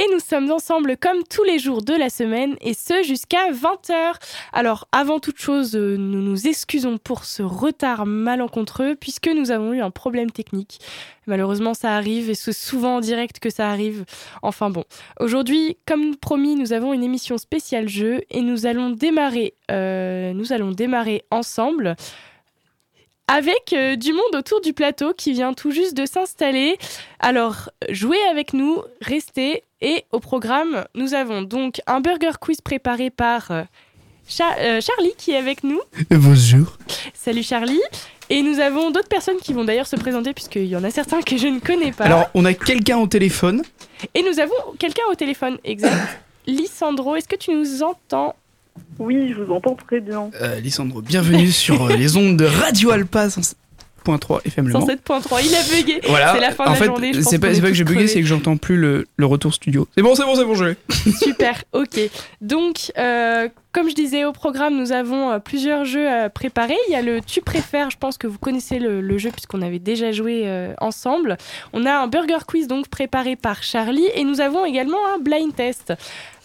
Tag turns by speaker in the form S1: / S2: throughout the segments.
S1: Et nous sommes ensemble comme tous les jours de la semaine, et ce jusqu'à 20h. Alors, avant toute chose, euh, nous nous excusons pour ce retard malencontreux, puisque nous avons eu un problème technique. Malheureusement, ça arrive, et c'est souvent en direct que ça arrive. Enfin bon. Aujourd'hui, comme promis, nous avons une émission spéciale jeu, et nous allons démarrer, euh, nous allons démarrer ensemble. Avec euh, du monde autour du plateau qui vient tout juste de s'installer. Alors, jouez avec nous, restez. Et au programme, nous avons donc un burger quiz préparé par euh, Cha- euh, Charlie qui est avec nous.
S2: Bonjour.
S1: Salut Charlie. Et nous avons d'autres personnes qui vont d'ailleurs se présenter puisqu'il y en a certains que je ne connais pas.
S2: Alors, on a quelqu'un au téléphone.
S1: Et nous avons quelqu'un au téléphone, exact. Lissandro, est-ce que tu nous entends
S3: Oui, je vous entends très bien.
S2: Euh, Lissandro, bienvenue sur euh, les ondes de Radio Alpa 107.3 FM Le Mans.
S1: 107.3, il a bugué.
S2: Voilà.
S1: c'est la fin de
S2: en
S1: la
S2: fait,
S1: journée, je pense
S2: C'est
S1: qu'on
S2: pas,
S1: est
S2: c'est pas que j'ai
S1: tous
S2: bugué,
S1: crevés.
S2: c'est que j'entends plus le, le retour studio. C'est bon, c'est bon, c'est bon, je l'ai.
S1: Super, ok. Donc, euh, comme je disais au programme, nous avons euh, plusieurs jeux à préparer. Il y a le Tu préfères, je pense que vous connaissez le, le jeu puisqu'on avait déjà joué euh, ensemble. On a un burger quiz donc préparé par Charlie et nous avons également un blind test.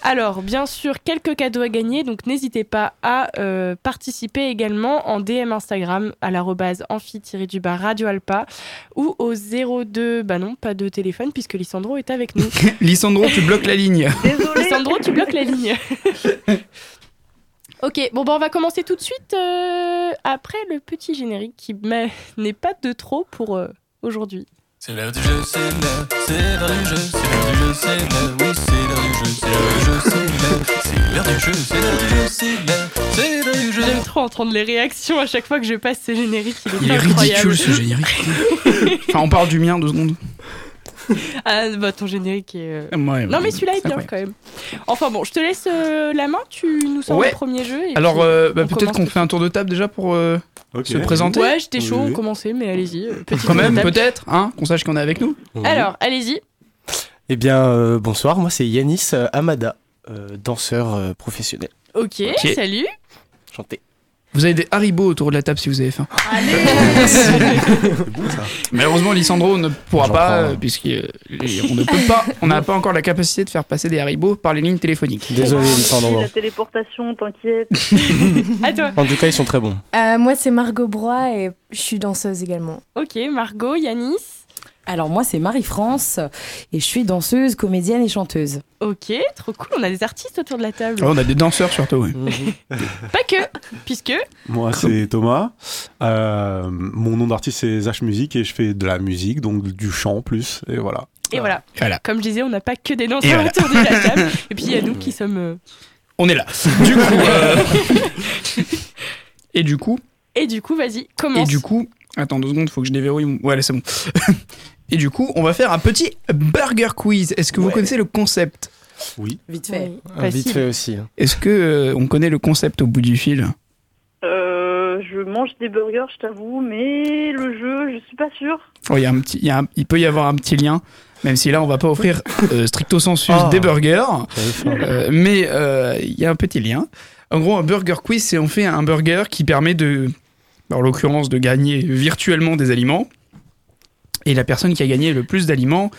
S1: Alors, bien sûr, quelques cadeaux à gagner, donc n'hésitez pas à euh, participer également en DM Instagram à l'arrobase amphi-du-bas Radio Alpa ou au 02, bah non, pas de téléphone puisque Lissandro est avec nous.
S2: Lissandro, tu bloques la ligne.
S3: Désolée.
S1: Sandro, tu bloques la ligne. ok, bon, bah, on va commencer tout de suite euh, après le petit générique qui m'a- n'est pas de trop pour euh, aujourd'hui.
S4: C'est l'heure du jeu, c'est l'heure, c'est l'heure du jeu, c'est l'heure du jeu, c'est l'heure, oui, c'est l'heure du jeu, c'est l'heure du jeu, c'est l'heure, c'est l'heure du jeu, c'est l'heure du jeu, c'est l'heure, c'est l'heure du jeu.
S1: J'aime trop entendre les réactions à chaque fois que je passe ce générique.
S2: Il est
S1: incroyable.
S2: ridicule ce générique. enfin, on parle du mien deux secondes.
S1: Ah, bah, ton générique est. euh,
S2: Ouais,
S1: Non, mais celui-là est bien
S2: Ah, incroyable.
S1: quand même. Enfin bon, je te laisse euh, la main, tu nous sors
S2: Ouais.
S1: le premier jeu. et
S2: Alors,
S1: puis-
S2: euh, bah,
S1: on
S2: peut-être
S1: commence
S2: qu'on
S1: tout
S2: fait un tour de table déjà pour euh,
S5: Ok.
S2: se présenter.
S1: Ouais, j'étais chaud,
S5: Oui, oui.
S1: on commençait, mais allez-y. euh, petit
S2: Quand
S1: tour de
S2: même,
S1: table.
S2: peut-être, hein, qu'on sache qu'on est avec nous.
S5: Mhm.
S1: Alors, allez-y.
S5: Eh bien, euh, bonsoir, moi c'est Yanis euh, Amada, euh, danseur euh, professionnel.
S1: ok, salut.
S5: Chanté.
S2: Vous avez des haribots autour de la table si vous avez faim.
S5: C'est bon ça
S2: Malheureusement, Lissandro ne pourra
S5: J'en
S2: pas,
S5: prends un.
S2: euh, puisqu'il euh, on ne peut pas, on n'a pas encore la capacité de faire passer des haribots par les lignes téléphoniques.
S5: Désolé, Lissandro.
S3: La téléportation, t'inquiète.
S1: À toi.
S5: En tout cas, ils sont très bons.
S6: Euh, moi, c'est Margot Brois et je suis danseuse également.
S1: Ok, Margot, Yanis.
S7: Alors moi c'est Marie-France et je suis danseuse, comédienne et chanteuse.
S1: Ok, trop cool, on a des artistes autour de la table.
S2: Ouais, Oh, on a des danseurs surtout, oui.
S1: Pas que, puisque...
S5: Moi,
S2: c'est
S5: Thomas.
S8: Euh, mon nom d'artiste c'est Zach Music et je fais de la musique, donc du chant en plus, et voilà.
S1: Et voilà.
S2: Voilà.
S1: Comme je disais, on n'a pas que des
S2: Et
S1: danseurs
S2: voilà.
S1: autour de la table. Et puis il y a nous qui sommes... euh,
S2: On est là. Du coup. euh, Et du coup,
S1: Et du coup, vas-y,
S2: et
S1: commence.
S2: du coup, attends deux secondes, faut que je déverrouille. mon- Ouais, allez, c'est bon. Et du coup, on va faire un petit burger quiz. Est-ce que vous connaissez le concept
S7: Vite fait.
S1: Oui,
S5: Vite
S1: facile.
S5: fait aussi. hein.
S2: Est-ce que euh, on connaît le concept au bout du fil
S3: Euh, je mange des burgers, je t'avoue, mais le jeu, je suis pas sûre.
S2: Oh, il y a un petit, il y a un- il peut y avoir un petit lien, même si là, on va pas offrir euh, stricto sensu
S5: Ah.
S2: des burgers,
S5: J'avais faim.
S2: euh, mais euh, il y a un petit lien. En gros, un burger quiz, c'est on fait un burger qui permet de, en l'occurrence, de gagner virtuellement des aliments. Et la personne qui a gagné le plus d'aliments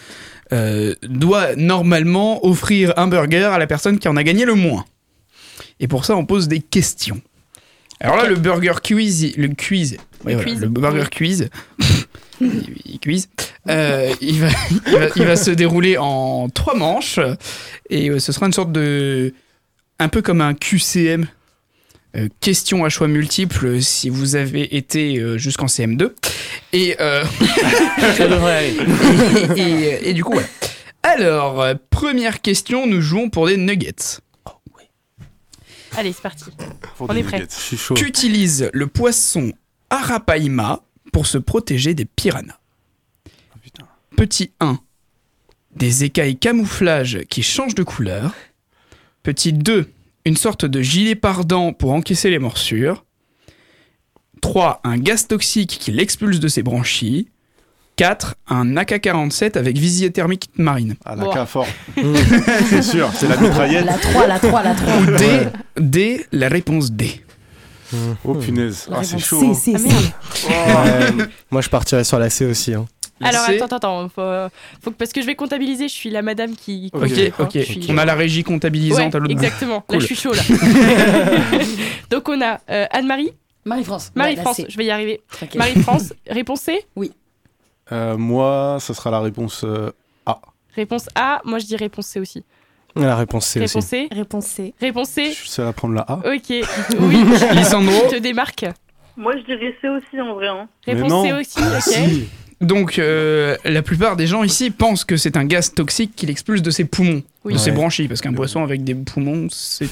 S2: euh, doit normalement offrir un burger à la personne qui en a gagné le moins. Et pour ça, on pose des questions. Alors là, le burger quiz, le quiz, ouais, voilà,
S1: quiz.
S2: le burger quiz, il, il quiz, euh, il, va, il, va, il va se dérouler en trois manches et euh, ce sera une sorte de, un peu comme un QCM, euh, question à choix multiple si vous avez été euh, jusqu'en CM2 et euh,
S5: Ça devrait aller.
S2: et, et- et du coup, voilà. Alors, euh, première question, nous jouons pour des nuggets.
S1: Allez, c'est parti.
S8: Pour
S1: On
S8: des
S1: est prêt.
S8: nuggets.
S5: Je suis chaud.
S2: Qu'utilise le poisson Arapaima pour se protéger des piranhas
S8: Ah, putain.
S2: Petit 1, des écailles camouflage qui changent de couleur. Petit 2, une sorte de gilet pardant pour encaisser les morsures. 3. Un gaz toxique qui l'expulse de ses branchies. 4. Un AK-47 avec visier thermique marine.
S8: À
S1: Bon.
S8: la cas fort. c'est sûr, c'est la mitraillette.
S7: La 3, la 3, la 3.
S2: Ou D. D. La réponse D.
S8: Oh punaise, ah, c'est chaud.
S7: C'est, c'est,
S1: Ah,
S7: c'est.
S1: merde.
S5: Euh, moi, je partirais sur la C aussi. hein.
S2: La
S1: Alors
S2: C.
S1: attends, attends, attends, faut, euh, faut que- parce que je vais comptabiliser, je suis la madame qui.
S8: Ok,
S2: Ok,
S1: compte, hein,
S2: ok.
S1: je suis-
S2: On a la régie
S1: Ouais,
S2: comptabilisante à l'autre bout.
S1: exactement. Là,
S2: Cool.
S1: je suis chaud là. Donc on a euh, Anne-Marie,
S7: Marie-France.
S1: Marie-France, je vais y arriver. Marie-France, réponse C,
S8: Euh, moi, ça sera la réponse. euh,
S1: réponse A. Moi, je dis réponse C aussi.
S5: La réponse C aussi.
S1: Réponse C,
S6: Réponse C.
S1: réponse
S8: je
S1: C.
S8: suis seul à prendre la A.
S1: Ok. Oui.
S2: Lisandro.
S1: Tu te démarques.
S3: Moi, je dirais C aussi en vrai. hein.
S8: Mais
S1: Réponse
S8: non.
S1: C aussi.
S2: Ah,
S1: Ok.
S8: Si.
S2: Donc, euh, la plupart des gens ici pensent que c'est un gaz toxique qu'il expulse de ses poumons,
S1: Oui.
S2: de ses
S5: Ouais.
S2: branchies, parce qu'un
S8: Ouais.
S2: poisson avec des poumons, c'est.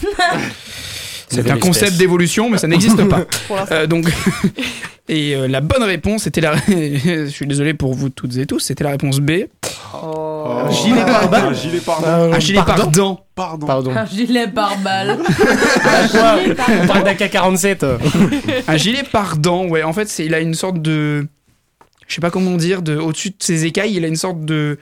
S2: C'est
S5: Nouvelle
S2: un concept
S5: espèce.
S2: d'évolution, mais ça n'existe pas.
S1: Pour l'instant.
S2: Euh, donc, et euh, la bonne réponse était la. Je suis désolé pour vous toutes et tous, c'était la réponse
S1: Euh,
S2: B.
S8: Oh.
S5: gilet pare-balles.
S8: Un gilet pardon.
S5: Euh,
S2: Un gilet
S5: pardon.
S2: pardon.
S8: Pardon.
S5: Pardon.
S7: Un gilet pare-balles.
S5: On parle d'AK-47.
S2: Un gilet pardon, ouais. En fait, c'est- il a une sorte de. Je sais pas comment dire, de, au-dessus de ses écailles, il a une sorte de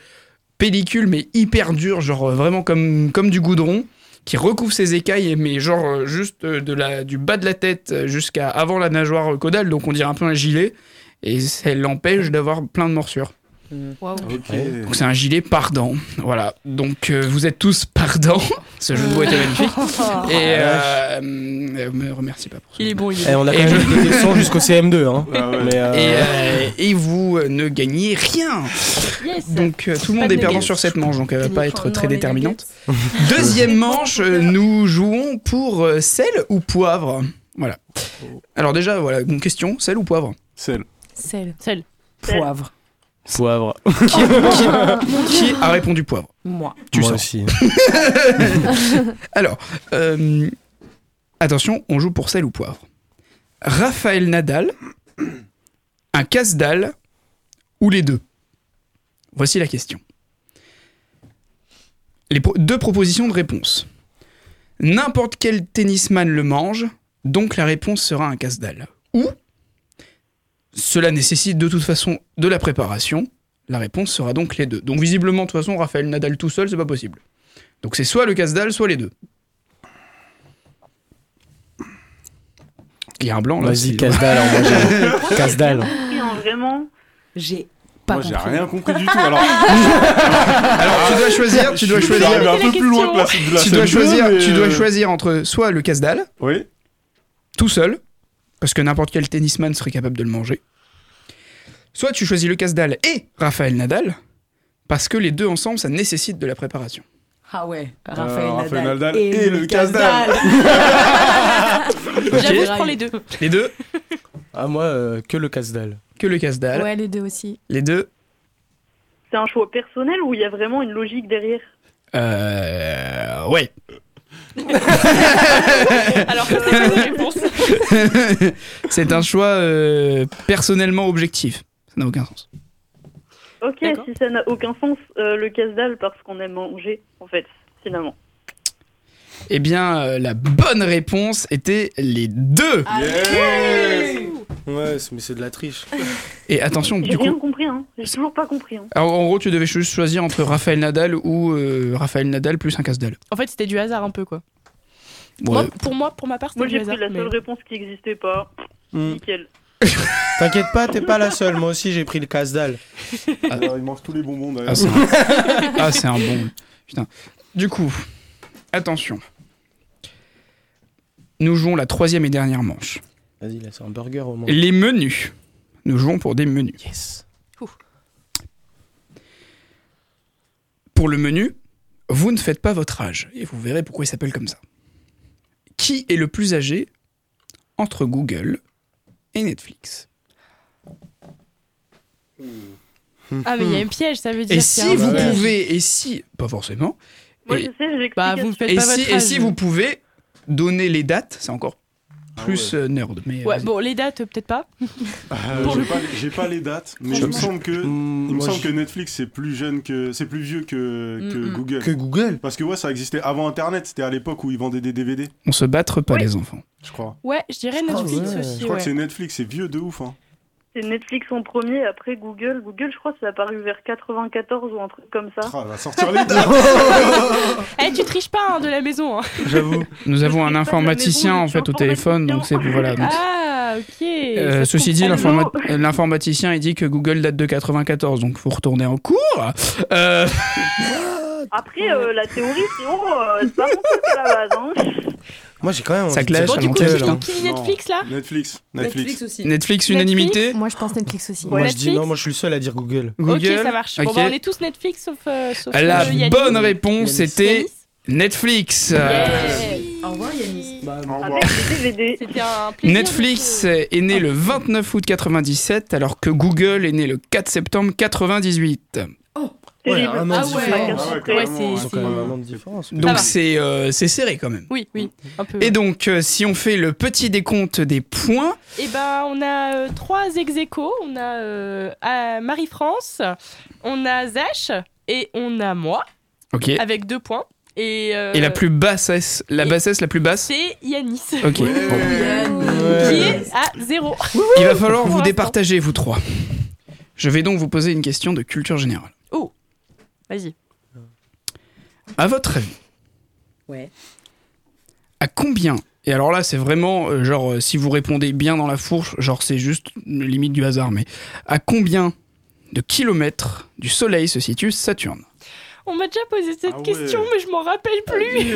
S2: pellicule, mais hyper dure, genre euh, vraiment comme, comme du goudron, qui recouvre ses écailles, mais genre euh, juste euh, de la, du bas de la tête euh, jusqu'à avant la nageoire euh, caudale, donc on dirait un peu un gilet, et ça l'empêche d'avoir plein de morsures.
S1: Waouh.
S8: Ok.
S5: Ouais.
S2: Donc c'est un gilet pardon. Voilà. Donc euh, vous êtes tous pardon. Ce jeu de mots était magnifique.
S8: Oh.
S2: Et euh, euh, me remercie pas pour ça.
S1: Il est bon, il est
S5: Eh,
S1: bon.
S5: on a quand même des leçons jusqu'au CM2. Hein.
S8: Ah ouais.
S5: Mais, euh,
S2: Et, euh, et vous euh, ne gagnez rien.
S1: Yes.
S2: Donc euh, tout le
S1: Pas
S2: monde
S1: de
S2: est perdant
S1: nuggets.
S2: sur cette manche, donc elle va pas être très déterminante.
S6: déterminante.
S2: Deuxième manche, euh, nous jouons pour euh, sel ou poivre. Voilà. Alors déjà, voilà, une question, sel ou poivre
S8: Celle.
S6: Celle.
S1: Seul.
S7: Poivre.
S5: Poivre.
S2: Qui a répondu poivre
S7: Moi.
S2: Tu
S5: moi
S2: sens.
S5: aussi.
S2: Alors, euh, attention, on joue pour sel ou poivre. Raphaël Nadal, un casse-dalle ou les deux Voici la question. Les pro- deux propositions de réponse. N'importe quel tennisman le mange, donc la réponse sera un casse-dalle. Ou, cela nécessite de toute façon de la préparation, la réponse sera donc les deux. Donc visiblement, de toute façon, Raphaël Nadal tout seul, c'est pas possible. Donc c'est soit le casse-dalle, soit les deux. Il y a un blanc là.
S5: Vas-y,
S2: c'est-
S5: casse-dalle. hein, moi, j'ai- Casse-dalle.
S3: Oui,
S1: Ah.
S3: hein, vraiment.
S7: J'ai pas
S8: Moi, j'ai
S7: compris.
S8: rien compris du tout. Alors,
S2: Alors Ah, tu dois choisir, tu dois choisir.
S8: un peu
S1: la
S8: plus loin que la, de la
S2: Tu dois
S8: scène
S2: choisir,
S8: deux, mais,
S2: tu dois
S8: euh,
S2: choisir entre soit le casse-dalle,
S8: Oui.
S2: tout seul, parce que n'importe quel tennisman serait capable de le manger. Soit tu choisis le casse-dalle et Raphaël Nadal, parce que les deux ensemble, ça nécessite de la préparation.
S7: Ah ouais,
S8: Euh,
S7: Raphaël,
S8: Raphaël
S7: Nadal,
S8: Nadal et le Casdal.
S1: J'avoue, je prends les deux.
S2: Les deux
S5: Ah, moi, euh, que le casse-dalle.
S2: Que le casse-dalle.
S6: Ouais, les deux aussi.
S2: Les deux.
S3: C'est un choix personnel ou il y a vraiment une logique derrière
S2: Euh. Ouais.
S1: Alors, ça, c'est pas une réponse.
S2: C'est un choix euh, personnellement objectif. Ça n'a aucun sens.
S3: Ok,
S1: D'accord.
S3: si ça n'a aucun sens, euh, le casse-dalle parce qu'on aime manger, en fait, finalement.
S2: Eh bien, euh, la bonne réponse était les deux.
S5: Ouais, mais c'est de la triche.
S2: Et attention,
S3: J'ai
S2: du
S3: rien
S2: coup.
S3: compris, hein. J'ai toujours pas compris, hein.
S2: Alors, en gros, tu devais juste choisir entre Raphaël Nadal ou euh, Raphaël Nadal plus un casse-dalle.
S1: En fait, c'était du hasard un peu, quoi.
S2: Ouais.
S1: Moi, pour moi, pour ma part, c'était
S3: Moi,
S1: du
S3: j'ai pris
S1: hasard.
S3: la
S1: mais-
S3: seule réponse qui n'existait pas.
S2: Hmm.
S3: Nickel.
S5: T'inquiète pas, t'es pas la seule. Moi aussi, j'ai pris le casse-dalle.
S8: Alors, Ah, il mange tous les bonbons d'ailleurs.
S2: Ah, c'est un... ah, c'est un bon. Putain. Du coup, attention. Nous jouons la troisième et dernière manche.
S5: Vas-y, là, c'est un burger au moins.
S2: Les menus. Nous jouons pour des menus.
S5: Yes.
S2: Pour le menu, vous ne faites pas votre âge. Et vous verrez pourquoi il s'appelle comme ça. Qui est le plus âgé entre Google et Netflix
S1: Ah, mais il y a un piège, ça veut dire.
S2: Hmm. Et
S1: qu'il y a
S2: si
S1: un
S2: vous
S1: piège.
S2: pouvez, et si, pas forcément,
S3: Moi,
S2: Et-
S3: je sais, j'ai l'explication.
S1: Bah, vous faites
S2: et
S1: pas
S2: si,
S1: votre
S2: et
S1: âge.
S2: si vous pouvez donner les dates, c'est encore plus euh, nerd. Mais,
S1: Ouais,
S2: euh,
S1: bon, les dates, euh, peut-être pas.
S8: Euh,
S1: Pour
S8: j'ai
S1: le
S8: pas les- J'ai pas les dates, mais il me
S5: Franchement,
S8: semble que. Il me semble que Netflix c'est plus jeune que c'est plus vieux que, que
S1: Mm, mm.
S8: Google.
S5: que Google.
S8: Parce que ouais, ça existait avant Internet. C'était à l'époque où ils vendaient des DVD,
S2: On se battre pas,
S1: Oui.
S2: les enfants.
S8: je crois.
S1: Ouais, je dirais
S2: Ah,
S5: crois que
S1: Netflix
S5: Ah, ouais.
S8: Je
S1: aussi.
S8: crois
S1: ouais.
S8: que c'est Netflix, c'est vieux de ouf. Hein.
S3: C'est Netflix en premier, après Google. Google, je crois, c'est apparu vers 94 ou un truc comme ça.
S8: Ah, elle va sortir les dates.
S1: Eh, tu triches pas hein, de la maison. hein.
S2: J'avoue. Nous avons un informaticien en fait au téléphone, donc c'est voilà. donc-
S1: Ah, ok.
S2: Mm. Euh,
S1: ça se
S2: ceci dit,
S1: comprend.
S2: l'informa- l'informaticien il dit que Google date de 94, donc faut retourner en cours. Euh,
S3: Après, euh, la théorie, c'est oh, euh, c'est pas mon truc à la base. hein.
S5: Moi j'ai quand même.
S2: Ça
S5: envie de
S2: clash,
S5: dire
S2: ça
S1: Bon, du coup,
S2: Montel,
S5: Google,
S1: qui,
S2: hein.
S1: qui dit Netflix là
S8: Netflix,
S7: aussi.
S8: Netflix.
S2: Netflix,
S1: Netflix.
S2: unanimité.
S6: Moi, je pense Netflix aussi.
S5: Moi je dis
S1: Netflix.
S5: non, moi je suis le seul à dire Google.
S2: Google.
S1: Ok, ça marche. Bon,
S2: ok.
S1: bah, on est tous Netflix sauf. euh, sauf
S2: La
S1: euh, Yannis.
S2: bonne réponse
S5: Yannis.
S2: était Netflix. Euh,
S1: Yeah.
S7: Au revoir Yanis.
S1: ah,
S8: bah.
S3: Avec les DVD.
S1: C'était un plaisir.
S2: Netflix
S1: de Ah. se-
S2: est né le 29 août 97, alors que Google est né le 4 septembre 98.
S3: Terrible.
S5: un
S1: Ah
S5: an de
S1: ouais.
S5: différence.
S1: Ah ouais,
S3: Ouais,
S8: carrément,
S1: c'est-
S8: ouais.
S5: hein. Ils ont quand même un an de différence.
S2: Donc
S1: va.
S2: c'est euh, c'est serré quand même.
S1: Oui, oui, un peu.
S2: Et donc, euh, si on fait le petit décompte des points,
S1: Eh ben, on a euh, trois ex aequo. On a euh, à Marie-France, on a Zach et on a moi,
S2: ok. Et
S1: avec deux points. Et, euh,
S2: la plus bassesse, la
S1: et-
S2: bassesse la plus basse.
S1: C'est Yanis,
S2: Ok. bon.
S1: qui
S5: Ouais.
S1: est à zéro.
S2: Il va falloir
S1: Pour
S2: vous
S1: l'instant.
S2: départager, vous trois. Je vais donc vous poser une question de culture générale.
S1: Vas-y.
S2: À votre avis,
S7: Ouais.
S2: à combien Et alors là, c'est vraiment, euh, genre, euh, si vous répondez bien dans la fourche, genre, c'est juste une limite du hasard, mais à combien de kilomètres du Soleil se situe Saturne
S1: On m'a déjà posé cette
S8: Ah ouais.
S1: question, mais je m'en rappelle plus.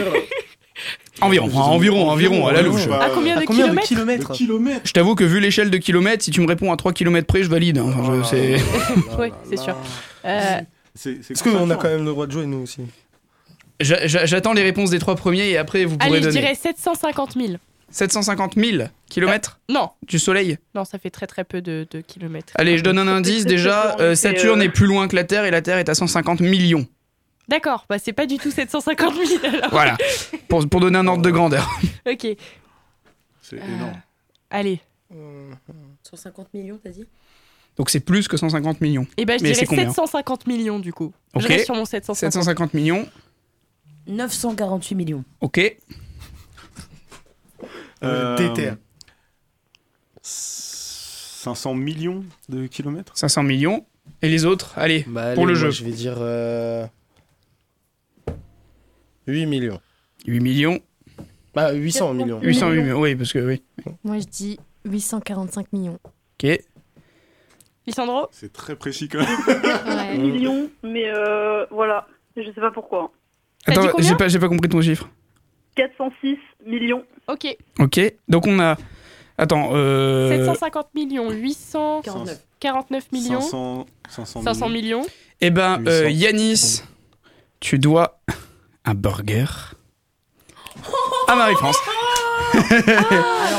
S2: Environ, hein, environ, environ, à la louche.
S8: Bah,
S1: à combien de
S5: À combien de
S1: kilomètres
S8: de
S5: kilomètres
S8: kilomètres
S2: Je t'avoue que vu l'échelle de kilomètres, si tu me réponds à 3 km près, je valide. hein. Enfin, je-
S8: Ah,
S2: c'est-
S8: là, là,
S1: Ouais,
S8: là,
S1: c'est
S8: là.
S1: sûr. Euh,
S8: C'est- c'est
S5: Est-ce qu'on a
S8: Saturne.
S5: quand même le droit de jouer nous aussi
S2: J'a- j'a- J'attends les réponses des trois premiers et après vous pourrez
S1: allez, je
S2: donner.
S1: dirais 750 000.
S2: 750 000 kilomètres
S1: Non,
S2: du Soleil.
S1: non, ça fait très très peu de, de kilomètres.
S2: Allez, je donne un indice déjà. euh, Saturne est plus loin que la Terre et la Terre est à 150 millions.
S1: D'accord, bah c'est pas du tout 750 000 alors.
S2: Voilà. Pour, pour donner un ordre de grandeur.
S1: Ok.
S8: C'est
S1: euh,
S8: énorme.
S1: allez.
S7: 150 millions, t'as dit
S2: Donc c'est plus que 150 millions.
S1: Eh ben, je
S2: Mais
S1: dirais
S2: c'est combien
S1: 750 millions du coup.
S2: Ok.
S1: Je reste sur mon 750.
S2: 750 millions.
S7: 948 millions.
S2: Ok.
S5: Ah.
S8: Euh,
S5: DTR.
S8: 500 millions de kilomètres
S2: 500 millions. Et les autres Allez.
S5: Bah, allez,
S2: Pour le
S5: moi,
S2: jeu.
S5: Je vais dire euh, 8 millions.
S2: 8 millions.
S5: Bah 800 millions.
S2: 808 millions. Oui, parce que oui.
S6: Moi, je dis 845 millions.
S2: Ok.
S1: Lisandro
S8: C'est très précis quand même.
S6: Ouais.
S3: millions, mais euh, voilà, je sais pas pourquoi.
S1: T'as dit
S2: Attends,
S1: combien
S2: j'ai pas, j'ai pas compris ton chiffre.
S3: 406 millions.
S1: Ok.
S2: Ok. Donc on a. Attends. Euh...
S1: 750 millions, 849
S8: 49.
S1: millions,
S8: 500, 500 millions.
S1: 500 millions.
S2: Eh ben,
S8: 800.
S2: euh, Yanis, tu dois un burger à Marie-France.
S7: Alors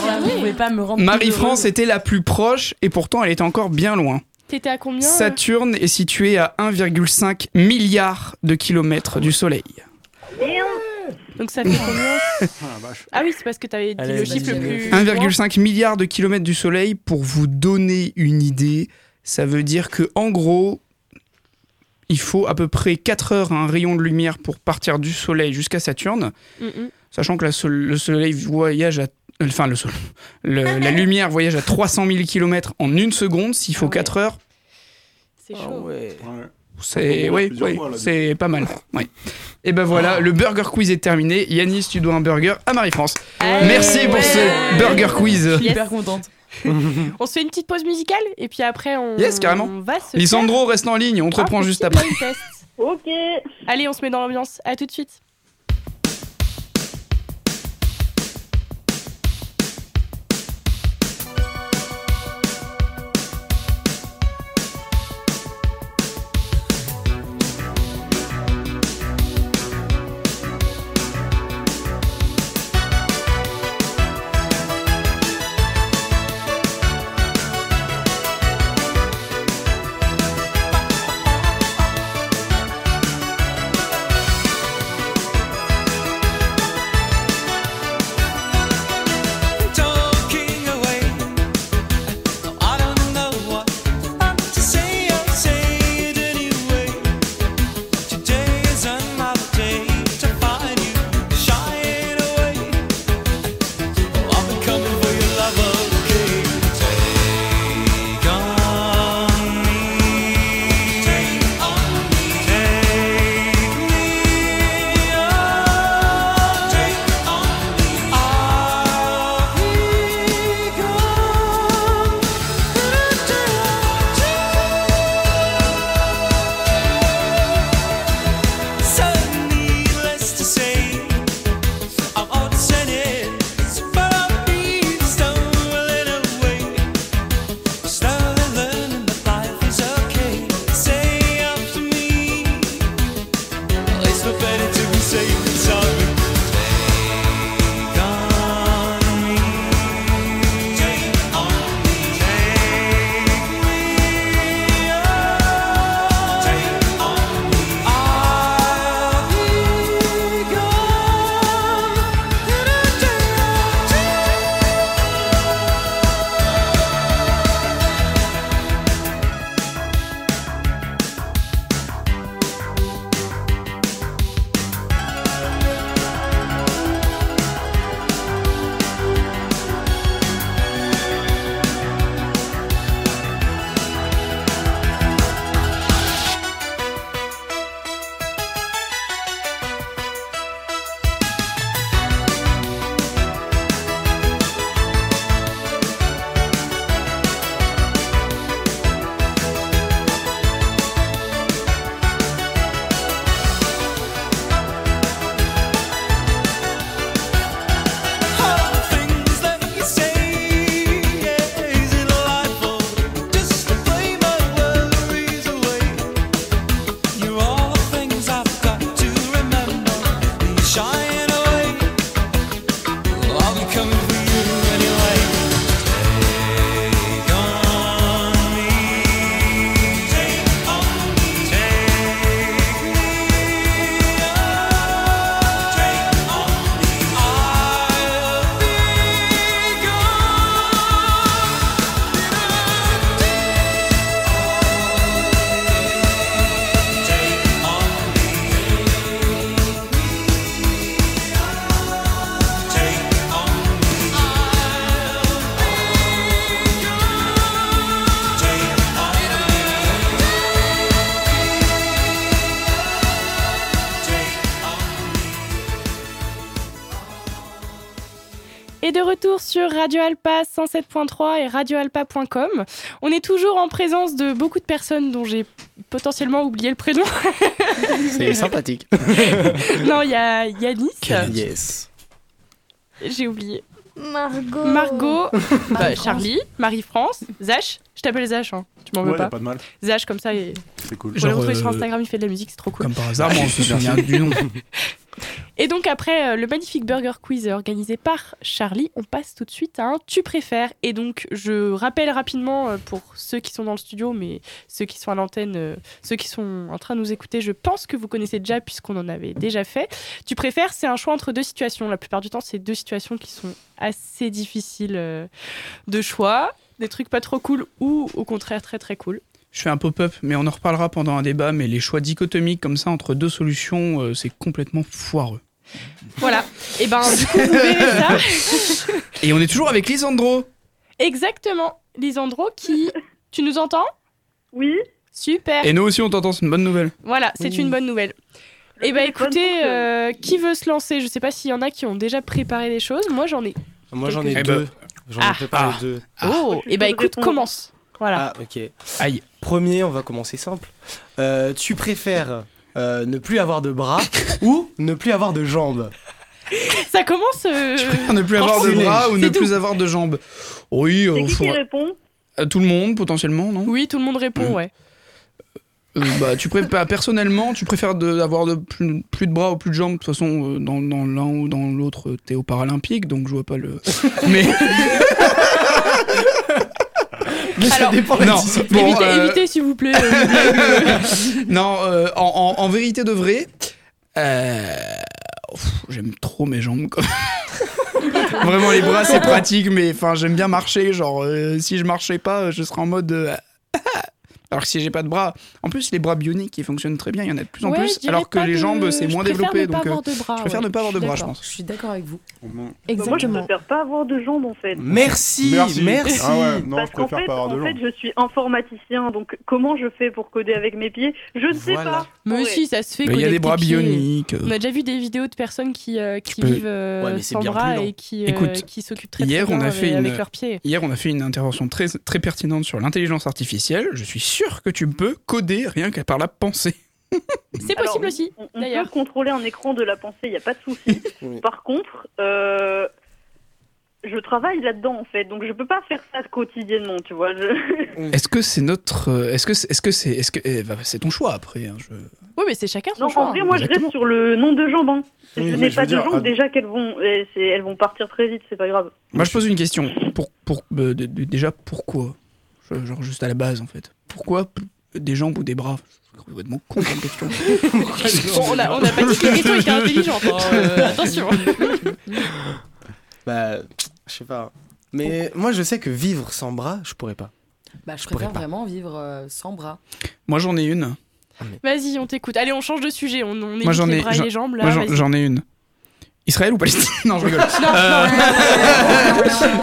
S7: là, vous pouvez pas me rendre.
S2: Marie-France était la plus proche et pourtant elle était encore bien loin.
S1: T'étais à combien euh
S2: Saturne est situé à 1,5 milliard de kilomètres du Soleil.
S1: euh, Donc ça fait combien
S8: Ah, la vache.
S1: Ah oui, c'est parce que t'avais dit
S5: Allez,
S1: le chiffre le
S5: vas-y,
S1: plus. loin.
S2: 1,5 milliard de kilomètres du Soleil, pour vous donner une idée, ça veut dire que en gros, il faut à peu près 4 heures à un rayon de lumière pour partir du Soleil jusqu'à Saturne.
S1: Mm, mm.
S2: sachant que la sol- le soleil voyage à enfin le sol- le- la lumière voyage à 300 000 km en une seconde s'il faut
S1: Ah ouais.
S2: 4 heures
S1: C'est chaud.
S8: Ouais.
S2: c'est
S8: Ouais,
S2: ouais,
S8: plusieurs
S2: ouais,
S8: fois, là,
S2: c'est pas mal ouais. et ben voilà le burger quiz est terminé Yanis tu dois un burger à Marie France
S1: Allez,
S2: merci pour
S1: Eh ouais.
S2: ce burger quiz
S7: Je suis
S1: Yes.
S7: hyper contente.
S1: On se fait une petite pause musicale et puis après on,
S2: Yes, carrément.
S1: on va se. faire
S2: Lisandro reste en ligne on te
S1: un
S2: reprend
S1: petit
S2: juste après
S1: blind test.
S3: Ok.
S1: Allez, on se met dans l'ambiance. À tout de suite.
S4: Thank
S1: Et de retour sur Radio Alpa 107.3 et radioalpa.com. On est toujours en présence de beaucoup de personnes dont j'ai potentiellement oublié le prénom.
S5: C'est sympathique.
S1: non, il y a Yanis.
S5: Yes.
S1: J'ai oublié.
S6: Margot.
S1: Margot, euh,
S6: Marie-France.
S1: Charlie, Marie-France, Zach. Je t'appelle Zach, hein. tu m'en veux
S8: Ouais, y a
S1: pas.
S8: pas de mal.
S1: Zach, comme ça, il...
S8: C'est cool.
S1: on le
S2: bah. Genre,
S1: retrouve sur
S2: euh,
S1: Instagram, il fait de la musique, c'est trop cool.
S2: Comme par hasard, moi, on se souvient du nom.
S1: Et donc après euh, le magnifique burger quiz organisé par Charlie, on passe tout de suite à un tu préfères. Et donc je rappelle rapidement euh, pour ceux qui sont dans le studio, mais ceux qui sont à l'antenne, euh, ceux qui sont en train de nous écouter, je pense que vous connaissez déjà puisqu'on en avait déjà fait. Tu préfères, c'est un choix entre deux situations. La plupart du temps, c'est deux situations qui sont assez difficiles euh, de choix. Des trucs pas trop cool ou au contraire très très cool.
S2: Je fais un pop-up, mais on en reparlera pendant un débat. Mais les choix dichotomiques comme ça entre deux solutions, euh, c'est complètement foireux.
S1: Voilà. Et ben du coup vous verrez ça.
S2: Et on est toujours avec Lisandro.
S1: Exactement. Lisandro qui... Tu nous entends
S3: Oui
S1: Super.
S2: Et nous aussi, on t'entend, c'est une bonne nouvelle.
S1: Voilà, c'est
S7: Oui.
S1: une bonne nouvelle.
S3: Le
S1: Eh ben
S3: téléphone
S1: écoutez,
S3: fonctionne.
S1: euh, qui veut se lancer Je sais pas s'il y en a qui ont déjà préparé des choses. Moi j'en ai.
S5: Moi j'en
S2: Eh
S5: ai deux. J'en ai
S1: Ah.
S5: préparé
S2: Ah.
S5: deux.
S1: oh,
S3: tu
S1: eh ben
S3: peux
S1: écoute,
S3: répondre.
S1: commence. Voilà.
S5: Ah, ok.
S2: Aïe.
S5: Premier, on va commencer simple. Euh, tu préfères euh, ne plus avoir de bras ou ne plus avoir de jambes
S2: Ah.
S1: Ça commence. euh,
S2: Ne plus avoir de
S1: franchement,
S2: bras ou ne
S1: c'est tout.
S2: plus avoir de jambes. Oui, euh,
S3: C'est qui qui
S2: faudra-
S3: répond Bah,
S2: à tout le monde potentiellement, non
S1: Oui, tout le monde
S2: Mm.
S1: répond, ouais.
S2: Euh, bah, tu préfères personnellement, tu préfères de- d'avoir de, plus, plus de bras ou plus de jambes. De toute façon, euh, dans, dans l'un ou dans l'autre, euh, t'es au paralympique, donc je vois pas le. Mais
S5: Mais ça
S1: Alors,
S5: dépend
S2: non. Bon,
S1: évitez,
S2: euh,
S1: évitez, s'il vous plaît. euh,
S2: non, euh, en, en- en vérité de vrai, euh, pff, j'aime trop mes jambes. Quoi. Vraiment, les bras c'est pratique, mais enfin, j'aime bien marcher. Genre, euh, si je marchais pas, euh, je serais en mode. euh, alors que si j'ai pas de bras, en plus les bras bioniques qui fonctionnent très bien, il y en a de plus en
S1: ouais, je
S2: plus.
S1: dirais
S2: Alors que
S1: pas
S2: les
S1: de-
S2: jambes c'est
S1: je
S2: moins
S1: préfère
S2: développé,
S1: ne pas
S2: donc euh,
S1: avoir de bras,
S2: je préfère
S1: ouais.
S2: ne pas avoir de
S1: suis
S2: bras, je
S1: d'accord.
S2: pense.
S7: Je suis d'accord avec vous.
S8: euh,
S3: Bah, Moi, je
S7: Exactement.
S3: préfère pas avoir de jambes, en fait.
S5: Merci, merci.
S8: Ah ouais, non,
S3: Parce
S8: je
S3: qu'en
S8: préfère
S3: fait,
S8: pas avoir de
S3: en fait,
S8: jambes.
S3: je suis informaticien, donc comment je fais pour coder avec mes pieds Je ne sais
S5: Voilà.
S3: pas.
S1: Mais
S3: Ouais.
S1: si, ça se fait.
S2: Mais Bah, il y a
S1: connecter
S2: des bras
S1: pieds.
S2: bioniques. euh,
S1: On a déjà vu des vidéos de personnes qui, euh, qui
S2: peux-
S1: vivent euh,
S5: Ouais, mais c'est
S1: sans
S5: bien
S1: bras
S5: plus lent.
S1: et qui, euh,
S2: Écoute,
S1: qui s'occupent très, très
S2: hier, on
S1: bien euh,
S2: a fait
S1: avec-
S2: une-
S1: avec leurs pieds.
S2: Hier, on a fait une intervention très, très pertinente sur l'intelligence artificielle. Je suis sûr que tu peux coder rien que par la pensée.
S1: C'est
S3: Alors,
S1: possible aussi.
S3: On, on peut
S1: D'ailleurs.
S3: contrôler un écran de la pensée, il n'y a pas de souci.
S5: Oui.
S3: Par contre, euh, je travaille là-dedans, en fait, donc je peux pas faire ça quotidiennement, tu vois. Je...
S2: Est-ce que c'est notre. euh, Est-ce que c'est. Est-ce que c'est. Est-ce que. eh, bah, c'est ton choix après. hein, je-
S1: Oui, mais c'est chacun son
S3: Non,
S1: choix.
S3: en vrai, moi, je
S2: Exactement.
S3: reste sur le nombre de jambes. hein.
S8: Oui,
S3: je
S8: mais
S3: n'ai
S8: je
S3: pas
S8: veux
S3: de
S8: dire,
S2: ah,
S3: jambes,
S8: à-
S3: déjà qu'elles vont, et c'est- elles vont partir très vite, c'est pas grave.
S2: Moi, je pose une question. Pour, pour, euh, d- d- déjà, pourquoi Je- Genre, juste à la base, en fait. Pourquoi p- des jambes ou des bras Je suis complètement con comme question.
S1: Bon, on n'a pas dit que les questions étaient intelligentes. hein, euh, attention.
S5: Bah, je sais pas. Mais moi, je sais que vivre sans bras, je pourrais pas.
S7: Bah, je
S5: pourrais
S7: préfère
S5: pas.
S7: vraiment vivre euh, sans bras.
S2: Moi, j'en ai une.
S1: Vas-y, on t'écoute. Allez, on change de sujet. On, on évite
S2: Moi, j'en
S1: les
S2: ai-
S1: bras et
S2: j'en-
S1: les jambes. Là,
S2: Moi, j'en-
S1: vas-y.
S2: j'en ai une. Israël ou Palestine Non, je rigole.
S1: Non,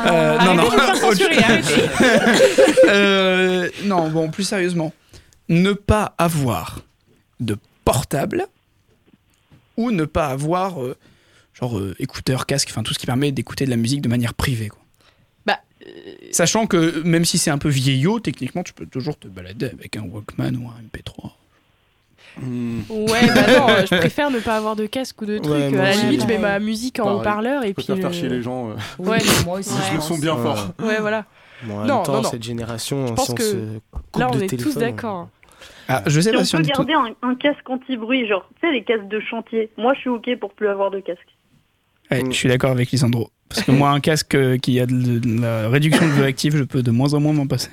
S2: Euh, non,
S1: non,
S2: non.
S1: Ah, arrêtez de me faire censurer, arrêtez.
S2: Euh, non, bon, plus sérieusement, ne pas avoir de portable ou ne pas avoir euh, genre euh, écouteurs, casque, enfin tout ce qui permet d'écouter de la musique de manière privée. quoi.
S1: Bah,
S2: Sachant que même si c'est un peu vieillot, techniquement, tu peux toujours te balader avec un Walkman ou un MP3.
S8: Hmm.
S1: Ouais, bah non, euh, je préfère ne pas avoir de casque ou de truc. euh,
S5: Ouais, moi
S1: à la
S7: aussi.
S1: limite, je mets
S7: Pareil.
S1: ma musique en
S8: Pareil.
S1: haut-parleur et
S8: Je
S1: puis.
S8: préfère faire
S1: euh,
S8: chier les gens. euh,
S7: Ouais, mais moi aussi. hein.
S1: Ouais.
S7: je
S8: Ils le
S7: pense.
S8: sont bien
S5: Ouais.
S8: forts.
S1: Ouais, voilà.
S5: Euh, Bon, en même
S1: Non,
S5: temps,
S1: non, non.
S5: cette génération,
S1: Je pense
S5: si on
S1: que
S5: se coupe
S1: Là,
S5: de
S1: on est tous
S5: téléphone, hein.
S1: d'accord.
S2: Ah, je sais
S3: Si
S2: pas
S3: on
S2: si on
S3: peut
S2: est tout-
S3: garder un, un casque anti-bruit, genre, tu sais, les casques de chantier. Moi, je suis OK pour plus avoir de casque.
S2: Ouais,
S3: Mm.
S2: je suis d'accord avec Lisandro. Parce que moi, un casque euh, qui a de, de la réduction de active, je peux de moins en moins m'en passer.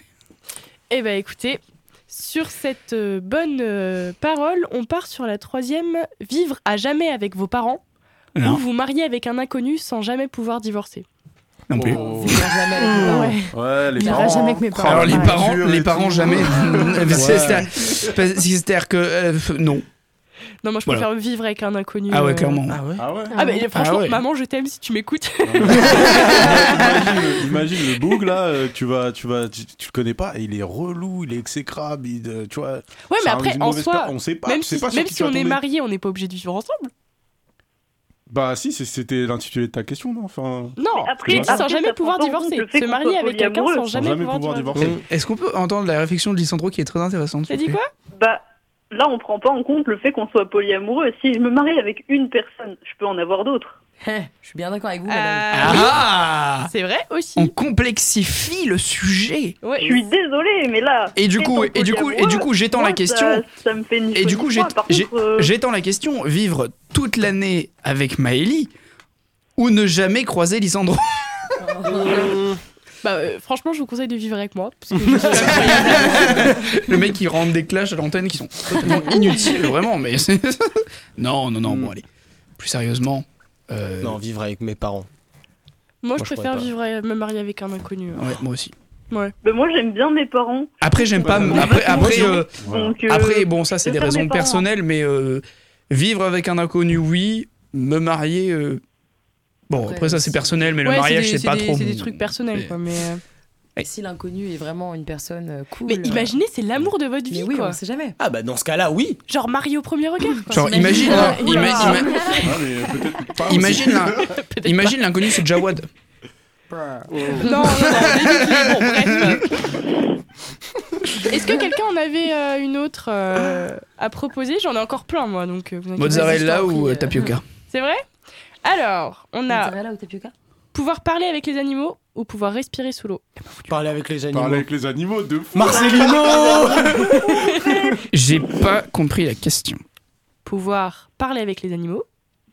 S1: Eh ben, écoutez. Sur cette euh, bonne euh, parole, on part sur la troisième vivre à jamais avec vos parents ou
S2: Non,
S1: vous marier avec un inconnu sans jamais pouvoir divorcer.
S2: non plus.
S8: Oh.
S7: Vivre jamais avec hein. mes parents.
S8: Ouais, les
S6: Il
S8: parents.
S6: ira jamais que mes parents.
S2: Alors les
S6: Ouais.
S2: parents,
S8: Dur et
S2: les parents
S8: tout.
S2: jamais. C'est-à-dire c'est-à-dire que euh, f- non.
S1: Non, moi je
S2: Voilà.
S1: préfère vivre avec un inconnu.
S2: Ah ouais,
S1: euh,
S2: clairement.
S5: Ah ouais
S8: Ah ouais
S1: Ah, mais franchement,
S2: ouais.
S1: maman, je t'aime si tu m'écoutes.
S8: imagine, le- imagine le boug là, euh, tu vas, tu vas, tu, tu le connais pas, et il est relou, il est exécrable, il, euh, tu vois.
S1: Ouais,
S8: c'est
S1: mais
S8: un-
S1: après,
S8: une
S1: en
S8: mauvaise
S1: soi,
S8: per- on sait pas,
S1: même
S8: tu sais
S1: si,
S8: pas sur
S1: même
S8: qui
S1: si
S8: tu vas
S1: on est
S8: tomber.
S1: marié, on n'est pas obligé de vivre ensemble.
S8: Bah si, c'est- c'était l'intitulé de ta question, non enfin,
S1: Non,
S3: après-
S1: il dit sans
S3: après,
S1: jamais
S3: ça
S1: pouvoir
S3: s'entend,
S1: divorcer.
S3: le fait
S1: Se
S3: qu'on
S1: marier
S3: soit
S1: avec quelqu'un
S3: polyamoureux,
S1: sans
S8: Sans
S1: jamais,
S8: jamais
S1: pouvoir,
S8: pouvoir
S1: divorcer.
S8: divorcer.
S5: Hum.
S2: Est-ce qu'on peut entendre la réflexion de Lissandro qui est très intéressante
S1: T'as
S2: s'il
S1: dit
S2: te
S1: quoi
S3: Bah là, on prend pas en compte le fait qu'on soit polyamoureux. Si je me marie avec une personne, je peux en avoir d'autres.
S7: Eh, Je suis bien d'accord avec vous, madame.
S1: Euh,
S2: Ah
S1: C'est vrai aussi.
S2: On complexifie le sujet.
S3: Je
S1: Ouais.
S3: suis désolée, mais là.
S2: Et du coup, et du coup, et du coup, j'étends la
S3: moi,
S2: question.
S3: Ça, ça me fait une
S2: Et du
S3: folie
S2: coup,
S3: de
S2: j'ai-
S3: froid. Par
S2: j'ai-
S3: contre, euh,
S2: J'étends la question. Vivre toute l'année avec Maëlie ou ne jamais croiser Lisandro
S1: Bah, euh, franchement, je vous conseille de vivre avec moi. parce que-
S2: Le mec qui rentre des clashs à l'antenne qui sont totalement inutiles, vraiment. Mais c'est- non, non, non.
S5: Hmm.
S2: Bon, allez. Plus sérieusement. euh,
S5: Non, vivre avec mes parents.
S1: Moi, je
S5: je pourrais
S1: préfère
S5: pas.
S1: vivre et me marier avec un inconnu. hein.
S2: ouais, moi aussi.
S3: bah, moi, j'aime bien mes parents.
S2: Après, j'aime pas.
S8: Ouais,
S2: Après, après, euh,
S8: voilà.
S3: Donc, euh,
S2: après, bon, ça, c'est des
S3: faire mes
S2: raisons
S3: parents.
S2: personnelles, mais euh, vivre avec un inconnu, oui. Me marier. euh, Bon,
S7: Après,
S2: après, ça, c'est
S7: c'est-
S2: personnel, mais le
S1: Ouais,
S2: mariage,
S1: des-
S2: c'est pas
S1: des-
S2: trop.
S1: C'est des trucs personnels, quoi. Mais, euh,
S7: Si l'inconnu est vraiment une personne euh, cool.
S1: mais
S7: euh,
S1: imaginez, c'est l'amour de votre
S7: mais
S1: vie,
S7: oui,
S1: quoi.
S7: on sait jamais.
S5: Ah bah dans ce cas-là, oui.
S1: Genre marié au premier regard, quoi.
S2: Genre, imagine,
S7: Oula.
S2: ima- ima-
S8: Ah, mais peut-être pas
S2: imagine, l'in- imagine l'inconnu, c'est Jawad.
S1: Non, non, non, mais bon, bref. Est-ce que quelqu'un en avait euh, une autre euh, à proposer J'en ai encore plein, moi, donc euh, vous inquiétez pas.
S2: Mozzarella
S7: vas-y, je t'en
S2: ou
S7: prie,
S2: euh,
S7: euh.
S2: tapioca
S1: C'est vrai Alors, on a
S7: Mozzarella ou tapioca
S1: pouvoir parler avec les animaux ou pouvoir respirer sous l'eau.
S5: Parler avec les animaux.
S8: Parler avec les animaux, de fou.
S5: Marcelino
S2: J'ai pas compris la question.
S1: Pouvoir parler avec les animaux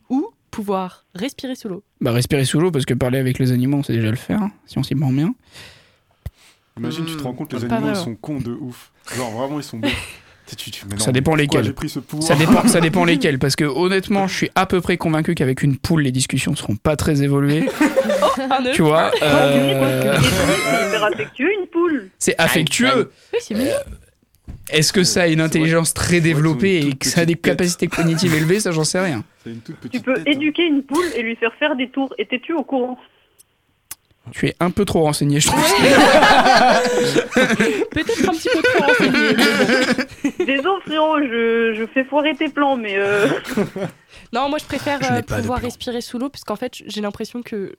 S1: ou pouvoir respirer sous l'eau.
S2: Bah, respirer sous l'eau, parce que parler avec les animaux, on sait déjà le faire, hein, si on s'y prend bien.
S8: Imagine, tu te rends compte, les
S1: Pas hein.
S8: animaux, ils
S1: vraiment.
S8: sont cons de ouf. Genre, vraiment, ils sont bons. Tu- tu- tu- mais non,
S2: Ça dépend
S8: mais pourquoi
S2: lesquels.
S8: j'ai pris ce pouvoir
S2: Ça dépend, ça dépend lesquels, parce que honnêtement, je suis à peu près convaincu qu'avec une poule, les discussions seront pas très évoluées.
S1: Un œuf
S2: tu vois,
S3: Et
S2: euh,
S3: puis, c'est hyper affectueux, une poule.
S2: c'est affectueux.
S1: Oui, c'est mignon.
S2: Est-ce que ça a une
S8: C'est
S2: intelligence très développée
S8: une
S2: et
S8: toute
S2: que ça a des
S8: petite tête.
S2: capacités cognitives élevées Ça, j'en sais rien.
S8: C'est une toute
S3: Tu
S8: petite
S3: peux
S8: tête, hein.
S3: éduquer une poule et lui faire faire des tours. Étais-tu au courant
S2: Tu es un peu trop renseigné, je trouve.
S1: Peut-être un petit peu trop renseigné.
S3: Désolé, frérot, je, je fais foirer tes plans, mais euh,
S1: Non, moi je préfère
S2: Je n'ai
S1: euh,
S2: pas de
S1: pouvoir
S2: plan.
S1: respirer sous l'eau parce qu'en fait j'ai l'impression que.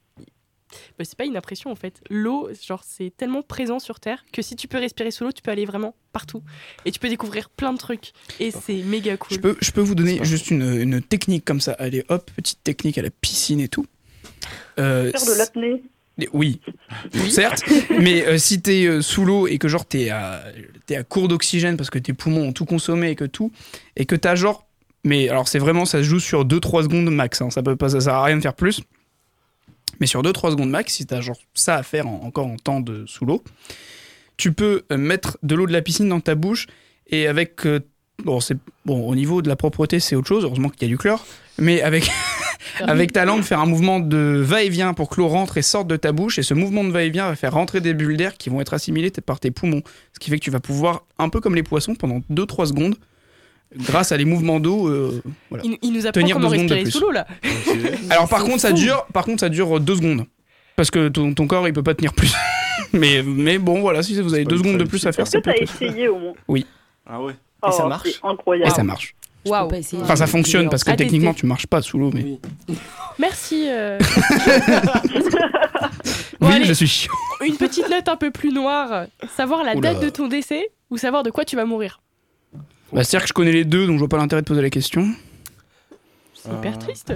S1: Bah, c'est pas une impression en fait. L'eau, genre, c'est tellement présent sur Terre que si tu peux respirer sous l'eau, tu peux aller vraiment partout. Et tu peux découvrir plein de trucs. Et c'est méga cool.
S2: Je peux, je peux vous
S8: C'est
S2: donner
S8: pas
S2: juste une, une technique comme ça. Allez, hop, petite technique à la piscine et tout. Euh,
S3: faire de l'apnée.
S2: c'est- oui, certes, mais euh, si t'es euh, sous l'eau et que genre t'es à, t'es à court d'oxygène parce que tes poumons ont tout consommé et que tout, et que t'as genre. Mais alors c'est vraiment, ça se joue sur 2-3 secondes max, hein, ça, peut pas, ça sert à rien de faire plus. Mais sur 2-3 secondes max, si t'as genre ça à faire en- encore en temps de sous l'eau, tu peux euh, mettre de l'eau de la piscine dans ta bouche et avec euh, bon c'est bon au niveau de la propreté c'est autre chose heureusement qu'il y a du chlore mais avec avec ta langue faire un mouvement de va-et-vient pour que l'eau rentre et sorte de ta bouche et ce mouvement de va-et-vient va faire rentrer des bulles d'air qui vont être assimilées t- par tes poumons ce qui fait que tu vas pouvoir un peu comme les poissons pendant 2 3 secondes grâce à les mouvements d'eau euh, voilà.
S1: Il, il nous apprend
S2: Tenir
S1: comment
S2: deux secondes de
S1: respirer
S2: plus.
S1: sous l'eau là.
S2: alors par
S7: C'est
S2: contre ça
S7: fou.
S2: dure par contre ça dure 2 secondes parce que ton, ton corps il peut pas tenir plus mais mais bon voilà si vous avez
S8: pas
S2: 2
S8: une
S2: secondes de
S8: très
S2: plus à
S8: utile,
S2: faire
S3: Est-ce
S2: c'est
S3: que t'as
S2: peut-être
S3: essayé au moins
S8: Ah ouais.
S5: Et ça
S3: Oh,
S5: marche
S3: c'est
S2: et
S3: incroyable.
S2: ça marche Ah,
S7: Je peux
S1: Waouh.
S7: pas essayer.
S2: enfin ça fonctionne parce que
S1: À tester.
S2: techniquement tu marches pas sous l'eau mais
S1: Merci. euh. Bon,
S2: oui
S1: allez,
S2: je suis chiant
S1: une petite note un peu plus noire. Savoir la
S2: Oula.
S1: date de ton décès ou savoir de quoi tu vas mourir.
S2: Bah, c'est-à-dire que je connais les deux, donc je vois pas l'intérêt de poser la question. Ah.
S1: C'est hyper triste.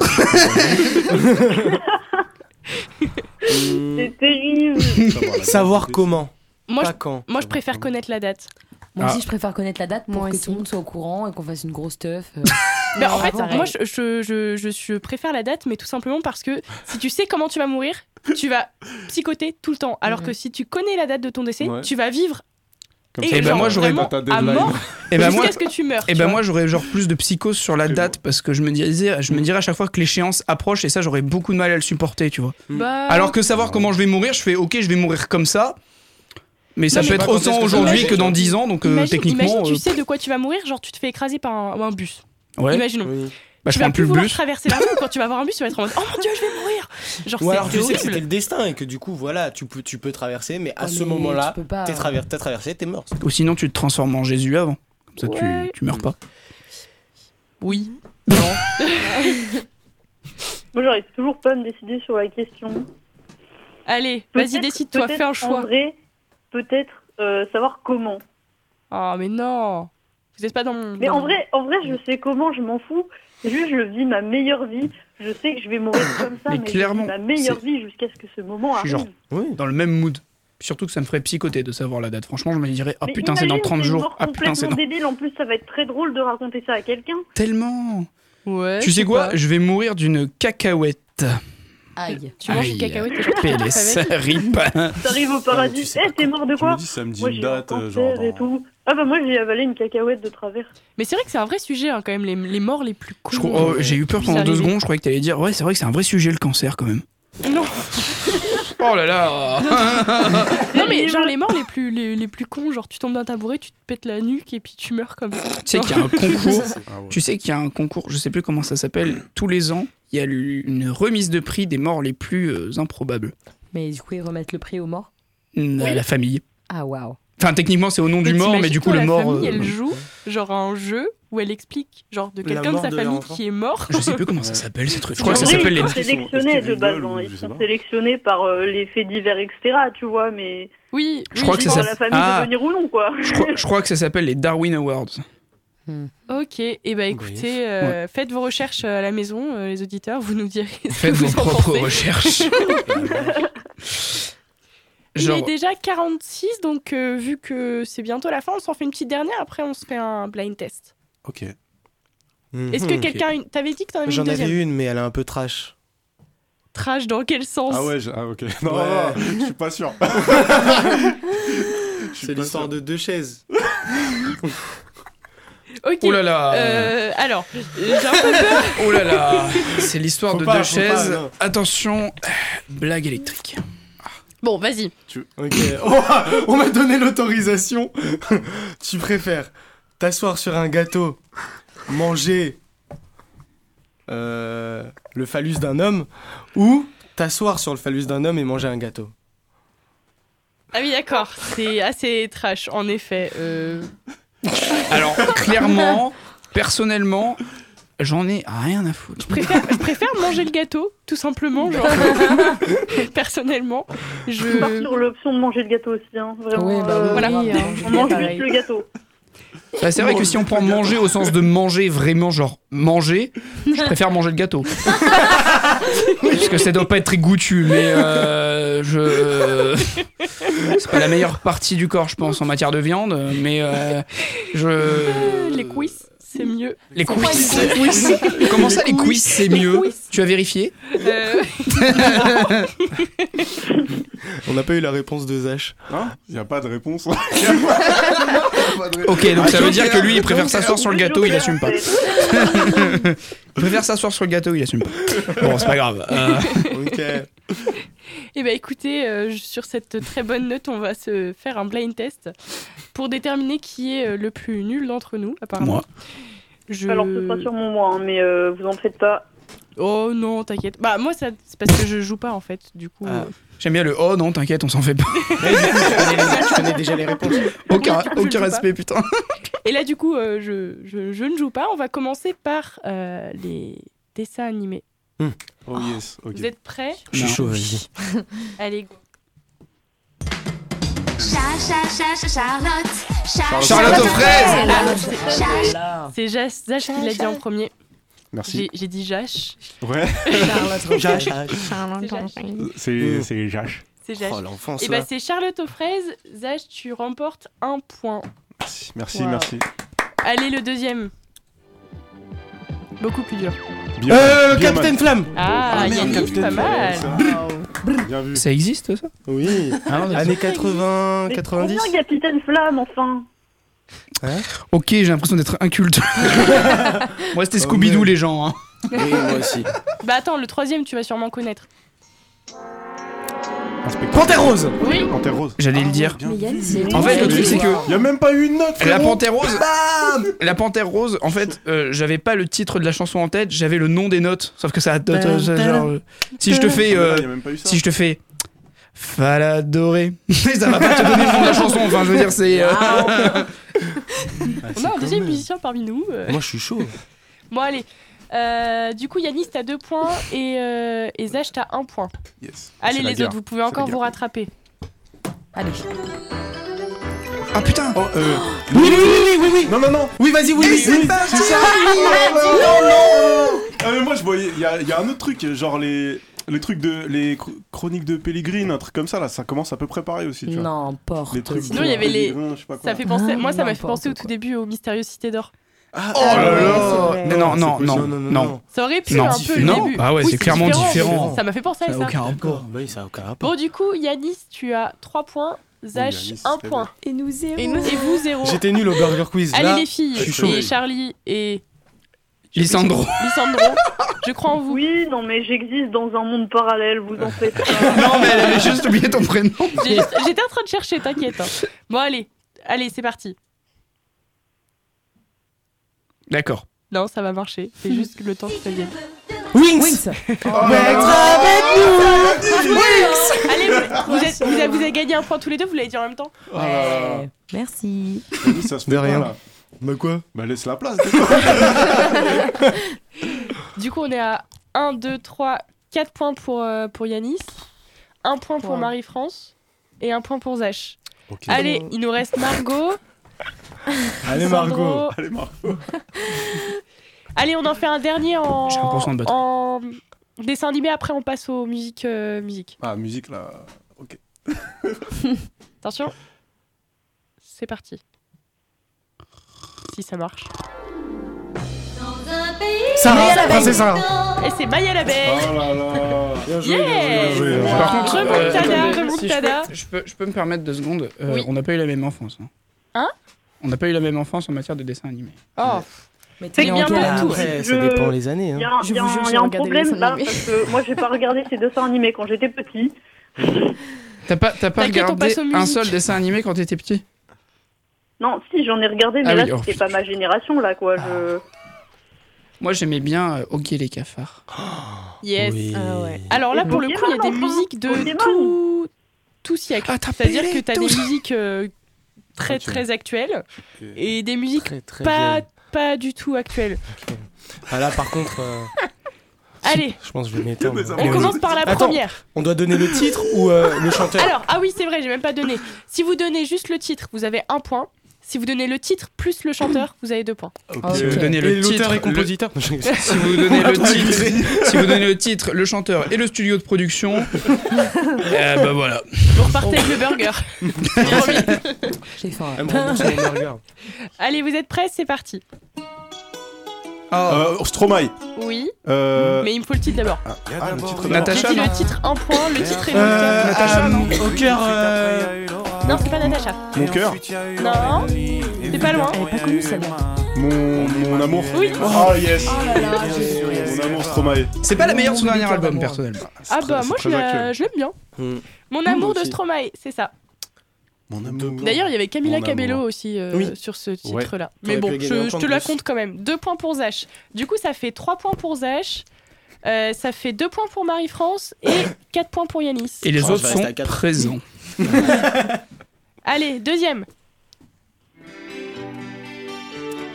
S3: C'est terrible.
S5: Savoir comment,
S1: Moi,
S5: pas
S1: je,
S5: quand.
S1: moi, je préfère connaître la date.
S7: Moi
S2: Ah.
S7: aussi, je préfère connaître la date pour
S6: Moi
S7: que
S6: aussi.
S7: tout le monde soit au courant et qu'on fasse une grosse teuf. euh.
S1: Ben, en
S2: Ah
S7: Non,
S1: fait,
S7: pareil.
S1: moi, je, je, je, je- je préfère la date, mais tout simplement parce que si tu sais comment tu vas mourir, tu vas psychoter tout le temps. Alors que si tu connais la date de ton décès,
S8: Ouais.
S1: tu vas vivre
S8: Comme bah,
S1: et
S2: ça,
S1: genre,
S2: ben, moi, j'aurais
S1: vraiment
S8: pas ta
S1: à
S8: deadline.
S1: mort
S2: Et ben
S1: jusqu'à
S2: moi,
S1: ce que tu meurs.
S2: et
S1: tu
S2: ben
S1: vois.
S2: moi j'aurais genre plus de psychose sur la
S8: C'est
S2: date
S8: bon.
S2: parce que je me disais, je me dirais à chaque fois que l'échéance approche et ça j'aurais beaucoup de mal à le supporter, tu vois.
S1: Bah,
S2: ben, Alors que savoir comment je vais mourir, je fais ok, je vais mourir comme ça. Mais ça
S1: Non,
S2: peut
S1: mais
S2: être
S8: quand est-ce
S2: autant
S8: que ça
S2: aujourd'hui
S8: va
S2: que dans 10 ans, donc euh,
S1: imagine,
S2: techniquement,
S1: imagine, tu
S2: euh,
S1: sais de quoi tu vas mourir, genre tu te fais écraser par un, un bus.
S2: ouais.
S1: Imaginons.
S5: Oui.
S2: Bah, je
S1: tu vas
S2: prends
S1: plus
S2: plus le
S1: vouloir
S2: bus.
S1: traverser la rue quand tu vas voir un bus, tu vas être en mode Oh mon dieu, je vais mourir Genre,
S5: Ou
S1: c'est-
S5: alors
S1: c'est
S5: tu sais que c'était
S1: horrible.
S5: le destin et que du coup voilà tu peux, tu peux traverser mais à
S1: Oh,
S7: Ouais,
S5: ce
S7: mais
S5: moment-là
S7: tu peux pas- euh,
S5: t'es traver- t'as traversé t'es mort.
S2: Ou sinon tu te transformes en Jésus avant. Comme ça tu-
S1: Ouais.
S2: tu, meurs pas.
S1: Oui.
S3: Moi, j'arrive toujours pas à me décider sur la question.
S1: Allez, vas-y,
S3: Peut-être-
S1: décide-toi,
S3: peut-être,
S1: fais un
S3: En
S1: choix.
S3: vrai, peut-être euh, savoir comment.
S1: Oh, mais non Vous n'êtes pas dans mon.
S3: Mais
S1: dans
S3: en
S1: mon-
S3: vrai, en vrai, je sais comment, je m'en fous. Juste, je vis ma meilleure vie. Je sais que je vais mourir comme ça,
S2: Mais
S3: mais,
S2: clairement,
S3: je vis ma meilleure
S2: c'est-
S3: vie jusqu'à ce que ce moment
S2: Je
S3: arrive.
S2: suis genre- dans le même mood. Surtout que ça me ferait psychoter de savoir la date. Franchement, je me dirais, ah
S3: Mais
S2: putain, c'est dans
S3: imagine,
S2: 30
S3: une
S2: jours.
S3: mort
S2: Ah putain, c'est
S3: complètement
S2: dans.
S3: débile. En plus, ça va être très drôle de raconter ça à quelqu'un.
S2: Tellement
S1: Ouais,
S2: Tu
S1: je
S2: sais quoi
S1: pas.
S2: Je vais mourir d'une cacahuète.
S7: Aïe.
S1: Tu manges une
S2: Aïe.
S1: cacahuète et je te
S2: PLS,
S1: avec.
S2: rip.
S3: T'arrives au paradis.
S8: tu
S3: Eh,
S8: sais pas
S3: t'es mort de
S8: Tu me
S3: quoi
S8: dis, ça me dit
S3: Moi,
S8: une
S3: j'ai eu un
S8: date, euh, genre.
S3: cancer et
S8: dans-
S3: tout. Ah bah moi, j'ai avalé une cacahuète de travers.
S1: Mais c'est vrai que c'est un vrai sujet, hein, quand même, les, les morts les plus
S2: Je
S1: cons.
S2: crois- oh, J'ai eu peur
S1: Ça
S2: pendant deux
S1: arrive.
S2: secondes, je croyais que t'allais dire, ouais, c'est vrai que c'est un vrai sujet le cancer quand même.
S1: Non.
S2: Oh là là
S1: Non, mais genre les morts les plus, les, les plus cons, genre tu tombes d'un tabouret, tu te pètes la nuque et puis tu meurs comme ça.
S2: Tu sais qu'il y a un concours,
S8: Ah ouais.
S2: tu sais qu'il y a un concours, je sais plus comment ça s'appelle, tous les ans, il y a une remise de prix des morts les plus euh, improbables.
S7: Mais du coup, ils remettent le prix aux morts
S2: À la famille.
S7: Ah, waouh.
S2: Enfin, techniquement, c'est au nom du mort, mais du coup,
S1: t'imagines-toi,
S2: le mort.
S1: La famille, elle
S2: euh,
S1: joue genre à un jeu où elle explique genre de
S5: La
S1: quelqu'un de
S5: mort
S1: sa
S5: de leur
S1: famille
S5: enfant.
S1: qui est mort.
S2: Je sais plus comment ça s'appelle, ces trucs. Je crois
S3: En
S2: que ça
S3: vrai,
S2: s'appelle les.
S3: Ils sont
S8: Est-ce qu'ils sont-
S3: sélectionnés
S8: est-ce qu'ils
S3: de base,
S8: rigolent
S3: hein.
S8: ou je
S3: ils
S8: sais
S3: sont
S8: pas.
S3: sélectionnés par euh, les faits divers, etc. Tu vois, mais
S1: Oui,
S2: Je
S1: oui,
S2: crois que
S1: j'ai-
S2: ça
S3: par
S2: s'appelle-
S3: la famille
S2: Ah.
S3: de venir ou non, quoi.
S2: Je crois, je crois que ça s'appelle les Darwin Awards.
S1: Ok, et eh ben écoutez, euh, faites vos recherches à la maison, euh, les auditeurs, vous nous direz. ce que
S2: Faites
S1: vous
S2: vos
S1: en
S2: propres
S1: pensez.
S2: recherches.
S1: Il
S2: Genre,
S1: est déjà 46, donc euh, vu que c'est bientôt la fin, on s'en fait une petite dernière. Après, on se fait un blind test.
S8: Ok.
S1: Est-ce que quelqu'un. a une- T'avais dit que t'en avais une
S5: Mmh. J'en
S1: deuxième
S5: avais une, mais elle est un peu trash.
S1: Trash, dans quel sens
S8: Ah ouais, j'ai- ah, ok. Non,
S5: Ouais.
S8: non, je suis pas sûr. Je suis
S5: C'est
S8: pas
S5: l'histoire
S8: sûr.
S5: de deux chaises.
S1: Ok.
S2: Oh là là
S1: Euh, alors, j'ai un peu peur.
S2: Oh là là C'est l'histoire
S5: Faut
S2: de
S5: pas,
S2: deux
S5: faut
S2: chaises.
S5: pas, non.
S2: Attention, euh, blague électrique.
S1: Bon, vas-y.
S5: Ok. Oh, on m'a donné l'autorisation. tu préfères t'asseoir sur un gâteau, manger euh, le phallus d'un homme, ou t'asseoir sur le phallus d'un homme et manger un gâteau.
S1: Ah oui, d'accord. C'est assez trash, en effet. Euh,
S2: Alors, clairement, personnellement, j'en ai rien à foutre.
S1: je préfère- je préfère manger le gâteau, tout simplement. Genre, personnellement,
S3: Je pars
S1: je.
S3: sur l'option de manger le gâteau aussi, hein. Vraiment.
S7: Ouais, bah oui,
S3: euh,
S1: voilà.
S7: oui, hein,
S3: On mange
S7: pareil.
S3: juste le gâteau.
S2: Bah, c'est vrai que si on prend manger au sens de manger, vraiment genre manger, je préfère manger le gâteau. Parce que ça doit pas être très goûtu, mais euh, je. C'est pas la meilleure partie du corps, je pense, en matière de viande, mais euh,
S1: Euh,
S2: je.
S1: Les cuisses, c'est mieux.
S2: Les
S7: C'est pas
S2: cuisses.
S7: une couille.
S2: Comment ça, les cuisses, c'est mieux
S1: cuisses.
S2: Tu as vérifié
S1: Euh,
S5: On n'a pas eu la réponse de Zach.
S8: Hein Il n'y a pas de réponse. Y a pas- y a pas de réponse.
S2: Ok, donc euh, ça veut Ah, dire que lui, il préfère
S8: Donc,
S2: s'asseoir sur le gâteau, il assume pas.
S3: C'est-
S2: Il préfère s'asseoir sur le gâteau, il assume pas. Bon, c'est pas grave. Euh,
S5: Ok.
S1: Eh bien, écoutez, euh, je- sur cette très bonne note, on va se faire un blind test pour déterminer qui est euh, le plus nul d'entre nous, apparemment.
S2: moi.
S1: Je...
S3: Alors, ce sera sûrement moi, hein, mais euh, vous en faites pas.
S1: Oh non, t'inquiète. Bah, moi, ça... c'est parce que je joue pas, en fait. Du coup.
S5: Ah.
S2: J'aime bien le oh non, t'inquiète, on s'en fait pas.
S5: Je connais déjà les réponses.
S2: Aucun,
S1: Oui, je le
S2: aucun
S1: vois
S2: respect, putain.
S1: Et là, du coup, euh, je, je, je ne joue pas. On va commencer par euh, les dessins animés.
S8: Oh yes, ok.
S1: Vous êtes prêts
S5: Je suis
S2: Non.
S5: chaud, vas-y.
S1: Allez, go.
S8: Charlotte.
S2: Charlotte aux fraises
S1: C'est Jash, Jash qui l'a dit en premier.
S8: Merci.
S1: J'ai j'ai dit Jash.
S8: Ouais,
S5: Zach.
S8: c'est c'est Jash.
S1: C'est Jash.
S5: Oh, l'enfance.
S1: Et
S5: là.
S1: bah, c'est Charlotte aux fraises. Jash, tu remportes un point.
S8: Merci, merci,
S7: Wow.
S8: merci.
S1: Allez, le deuxième. Beaucoup plus dur.
S8: Bien,
S5: Euh,
S8: bien
S5: Captain
S8: mal.
S5: Flamme
S1: Ah,
S8: merde,
S1: Yannick,
S8: Captain
S1: pas mal.
S8: Flamme, ça. Bien vu.
S2: Ça existe ça
S5: Oui. Années 80,
S3: Mais
S5: 90
S3: Combien Capitaine Flamme, enfin
S2: Ah, Ok, j'ai l'impression d'être inculte. Moi c'était
S5: Oh,
S2: Scooby-Doo
S5: merde.
S2: les gens. hein.
S5: Oui, moi aussi.
S1: Bah, attends, le troisième, tu vas sûrement connaître.
S5: Panthère Rose
S1: Oui.
S8: Panthère Rose. Ah,
S2: J'allais le dire.
S8: Bien
S7: Mais Yann,
S8: vu.
S7: c'est-
S2: En fait le
S8: Mais
S2: truc c'est que
S8: Il y a même pas eu une note,
S5: Ah
S2: la
S8: frérot.
S2: panthère rose. La panthère rose. En fait euh, j'avais pas le titre de la chanson en tête, j'avais le nom des notes. Sauf que ça. ça- ça- genre, euh, si je te
S8: Il
S2: fais
S8: y
S2: euh,
S8: a même pas eu ça.
S2: si je te fais. Faladoré. ça va pas te donner le nom de la chanson. Enfin je veux dire c'est. euh,
S1: On a un deuxième musicien parmi nous. euh.
S5: Moi, je suis chaud.
S1: Bon, allez. Euh, du coup, Yanis, t'as deux points et, euh, et Zach, t'as un point.
S8: Yes.
S1: Allez,
S8: C'est la
S1: les
S8: guerre.
S1: autres, vous pouvez
S8: C'est la
S1: encore
S8: guerre.
S1: vous rattraper.
S7: Allez.
S2: Ah putain
S8: Oh, euh,
S2: Oui, oui, oui, oui, oui
S8: Non, non, non
S5: Oui, vas-y, oui,
S2: Et
S5: oui,
S2: c'est
S5: oui.
S2: parti
S5: C'est ça.
S8: Ah, mais moi, je voyais. Il y, a- il y a un autre truc, genre les. Les trucs de. Les cro- chroniques de Pellegrin, un truc comme ça, là, ça commence à peu près pareil aussi, tu vois.
S7: N'importe
S8: Les trucs
S7: quoi.
S1: Sinon,
S8: de
S1: il y avait les-
S8: Pellegrin, je sais pas quoi.
S1: Ça fait penser...
S7: Ah,
S1: Moi, ça m'a fait
S7: n'importe
S1: penser au
S7: quoi.
S1: tout début au mystérieux Cité d'or.
S5: Ah,
S2: Oh là
S5: ouais,
S2: là.
S5: c'est vrai.
S2: Non, non, non,
S8: c'est
S2: non,
S8: possible.
S2: non.
S1: Ça aurait pu
S2: Non,
S1: un
S2: c'est
S1: peu
S2: différent.
S1: le début.
S2: Ah ouais, c'est clairement différent. Ah,
S1: Ça m'a fait penser à ça.
S2: rapport.
S5: Bah oui, ça a aucun rapport.
S1: Bon, du coup, Yanis, tu as 3 points. Zach,
S8: Yanis,
S1: 1
S8: c'est
S1: point.
S6: Et nous zéro.
S1: Et, nous- et vous, 0.
S5: J'étais nul au Burger Quiz.
S1: Allez,
S5: Là,
S1: les filles.
S8: je suis chaud.
S1: Et Charlie et
S2: Lisandro.
S1: Lisandro, je crois en vous.
S3: Oui, non, mais j'existe dans un monde parallèle, vous en faites pas.
S2: Non, Ah, mais elle avait juste oublié ton prénom.
S1: J'ai juste- J'étais en train de chercher, t'inquiète. hein. Bon, allez. Allez, c'est parti.
S2: D'accord.
S1: Non, ça va marcher. C'est juste le temps que ça vienne.
S8: Oh,
S7: Wings.
S1: Allez, vous, vous êtes- vous avez, vous avez gagné un point tous les deux, vous l'avez dit en même temps.
S8: Ah là là.
S7: Ouais. Merci.
S8: Vas-y, ça se
S5: De
S8: fait pas,
S5: rien.
S8: là.
S5: Bah quoi
S8: Bah laisse la place. d'accord.
S1: Du coup, on est à 1, 2, 3, 4 points pour, euh, pour Yanis, 1 point pour
S6: Ouais.
S1: Marie-France et 1 point pour Zach.
S8: Ok.
S1: Allez, il nous reste Margot. Ah,
S5: Allez,
S1: Sandro.
S5: Margot.
S8: Allez, Marc.
S1: Allez, on en fait un dernier en,
S2: J'ai 1% de batterie.
S1: en dessin animé. Après, on passe aux musiques. euh, musique.
S8: Ah, musique là.
S1: Attention. C'est parti. Si ça marche.
S5: Sarah,
S2: Ah,
S5: princesse Sarah.
S1: Et c'est Maya la
S8: Oh
S1: Belle.
S8: là là.
S5: Bien joué,
S8: Ah,
S5: bien
S1: Yeah
S5: joué, bien joué.
S8: Par
S2: contre,
S1: Remontada,
S2: euh, attendez, si je
S1: remontada.
S2: Je peux, je peux me permettre deux secondes. euh,
S1: Oui.
S2: On n'a pas eu la même enfance. Hein,
S1: Hein
S2: On n'a pas eu la même enfance en matière de dessin animé.
S1: Oh.
S7: Mais
S1: Faites
S7: t'es en
S1: bien
S7: quelle
S1: pour
S7: âge
S1: tout.
S5: Après, ça
S3: Je-
S5: dépend les années.
S3: Il y
S5: Hein.
S3: a, un-
S6: Je
S3: il y a
S6: vous
S3: un-
S6: jure,
S3: il y
S6: j'ai
S3: a un
S6: regardé les
S3: problème
S6: dessins
S3: là,
S6: animés.
S3: parce que moi j'ai pas regardé ces dessins animés quand j'étais petit.
S2: T'as pas, t'as pas
S1: T'inquiète, on
S2: regardé
S1: passe aux
S2: un
S1: musiques.
S2: seul dessin animé quand t'étais petit
S3: Non, si, j'en ai regardé, mais
S2: Ah
S3: là
S2: oui, oh, Ah.
S3: c'était pas ma génération là quoi. Je...
S2: Moi, j'aimais bien euh, Ok les cafards.
S1: Yes.
S5: Oui.
S6: Ah ouais.
S1: Alors là, pour le coup, il y a des
S3: Pokémon,
S1: musiques de
S3: Pokémon.
S1: tout, tout siècle.
S2: Ah, t'as
S1: C'est-à-dire
S2: pélé
S1: que t'as des
S2: tous.
S1: musiques euh, très
S8: Ok.
S1: très actuelles et des musiques
S5: Très, très
S1: pas,
S5: jeune.
S1: pas du tout actuelles.
S5: Ah là, par contre, euh,
S1: Allez,
S5: je pense que je vais m'éteindre.
S8: Mais ça
S1: on
S8: Oui.
S1: commence par la
S5: Attends.
S1: première.
S5: On doit donner le titre ou euh, le chanteur
S1: Alors, ah oui, c'est vrai, j'ai même pas donné. Si vous donnez juste le titre, vous avez un point. Si vous donnez le titre plus le chanteur, vous avez deux points.
S8: Ok.
S7: Ah,
S2: Si vous
S7: ok.
S2: donnez
S5: Et
S2: le
S5: l'auteur
S2: titre,
S5: et
S2: le-
S5: compositeur
S2: si vous donnez le titre, si vous donnez le titre, le chanteur et le studio de production, euh, bah voilà.
S1: Vous repartez avec le burger. Promis.
S7: J'ai faim.
S2: Ah
S5: Elle me rembourse mon burger.
S1: Allez, vous êtes prêts C'est parti.
S8: Euh, Stromae.
S1: Oui,
S8: Euh...
S1: mais il me faut le titre d'abord.
S8: Ah, le titre
S2: Natacha.
S1: J'ai dit le titre un point, le titre et le
S5: Euh,
S1: chanteur.
S5: Natacha, non Au cœur. euh,
S1: Non, c'est pas Natacha.
S8: Mon cœur.
S1: Non, c'est pas loin.
S7: Elle est pas connue celle-là.
S8: Mon, mon amour.
S1: Oui. Ah,
S8: Oh yes.
S7: Oh là là, j'ai-
S8: Mon amour Stromae.
S2: C'est pas la meilleure de son dernier album, personnellement.
S1: Ah
S8: C'est
S1: bah
S8: très-
S1: moi
S8: c'est
S1: je
S8: très
S1: la-
S8: actuel.
S1: je l'aime bien.
S5: Hmm.
S1: Mon amour
S5: moi
S1: de
S5: aussi.
S1: Stromae, c'est ça.
S8: Mon amour.
S1: D'ailleurs, il y avait Camila
S8: Mon
S1: Cabello
S8: amour.
S1: aussi euh,
S5: Oui.
S1: sur ce
S8: Ouais.
S1: titre-là.
S5: T'aurais
S1: Mais bon,
S5: pu gagner un
S1: je, je
S5: point
S1: te
S5: de
S1: la
S5: plus.
S1: compte quand même. Deux points pour Zach. Du coup, ça fait trois points pour Zach. Euh, ça fait deux points pour Marie-France et quatre points pour Yanis.
S2: Et les
S5: Oh, je
S2: autres
S5: vais rester
S2: sont
S5: à quatre.
S2: présents.
S1: Allez, deuxième.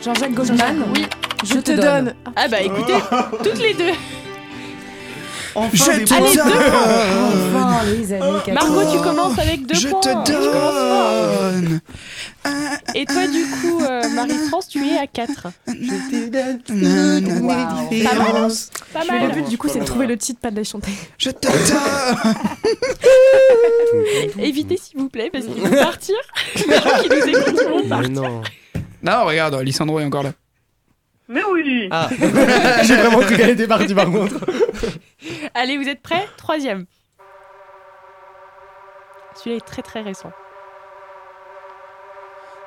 S7: Jean-Jacques Goldman.
S6: Oui.
S7: Je te donne.
S1: Ah bah écoutez, toutes les deux.
S5: Enfin, des
S2: te
S5: points.
S1: Allez, deux points.
S8: Oh,
S7: Enfin, les années 80.
S1: Margot, tu commences avec deux
S2: Je
S1: points.
S2: te
S1: Tu commences fort.
S2: donne.
S1: Et toi, du coup, euh, Marie-France, tu es à quatre.
S7: Waouh.
S1: Pas mal. hein Pas
S6: Mais le
S1: mal.
S6: but du
S8: Oh
S6: coup c'est de trouver le titre, pas de la chanter.
S2: Je te donne.
S1: Évitez s'il vous plaît parce qu'ils vont partir. Les gens qui nous écoutent ils vont
S5: Mais
S1: partir.
S5: non.
S2: Non, regarde, Lisandro est encore là.
S3: Mais oui
S5: Ah. J'ai vraiment cru qu'elle était partie par contre.
S1: Allez, vous êtes prêts Troisième. Celui-là est très très récent.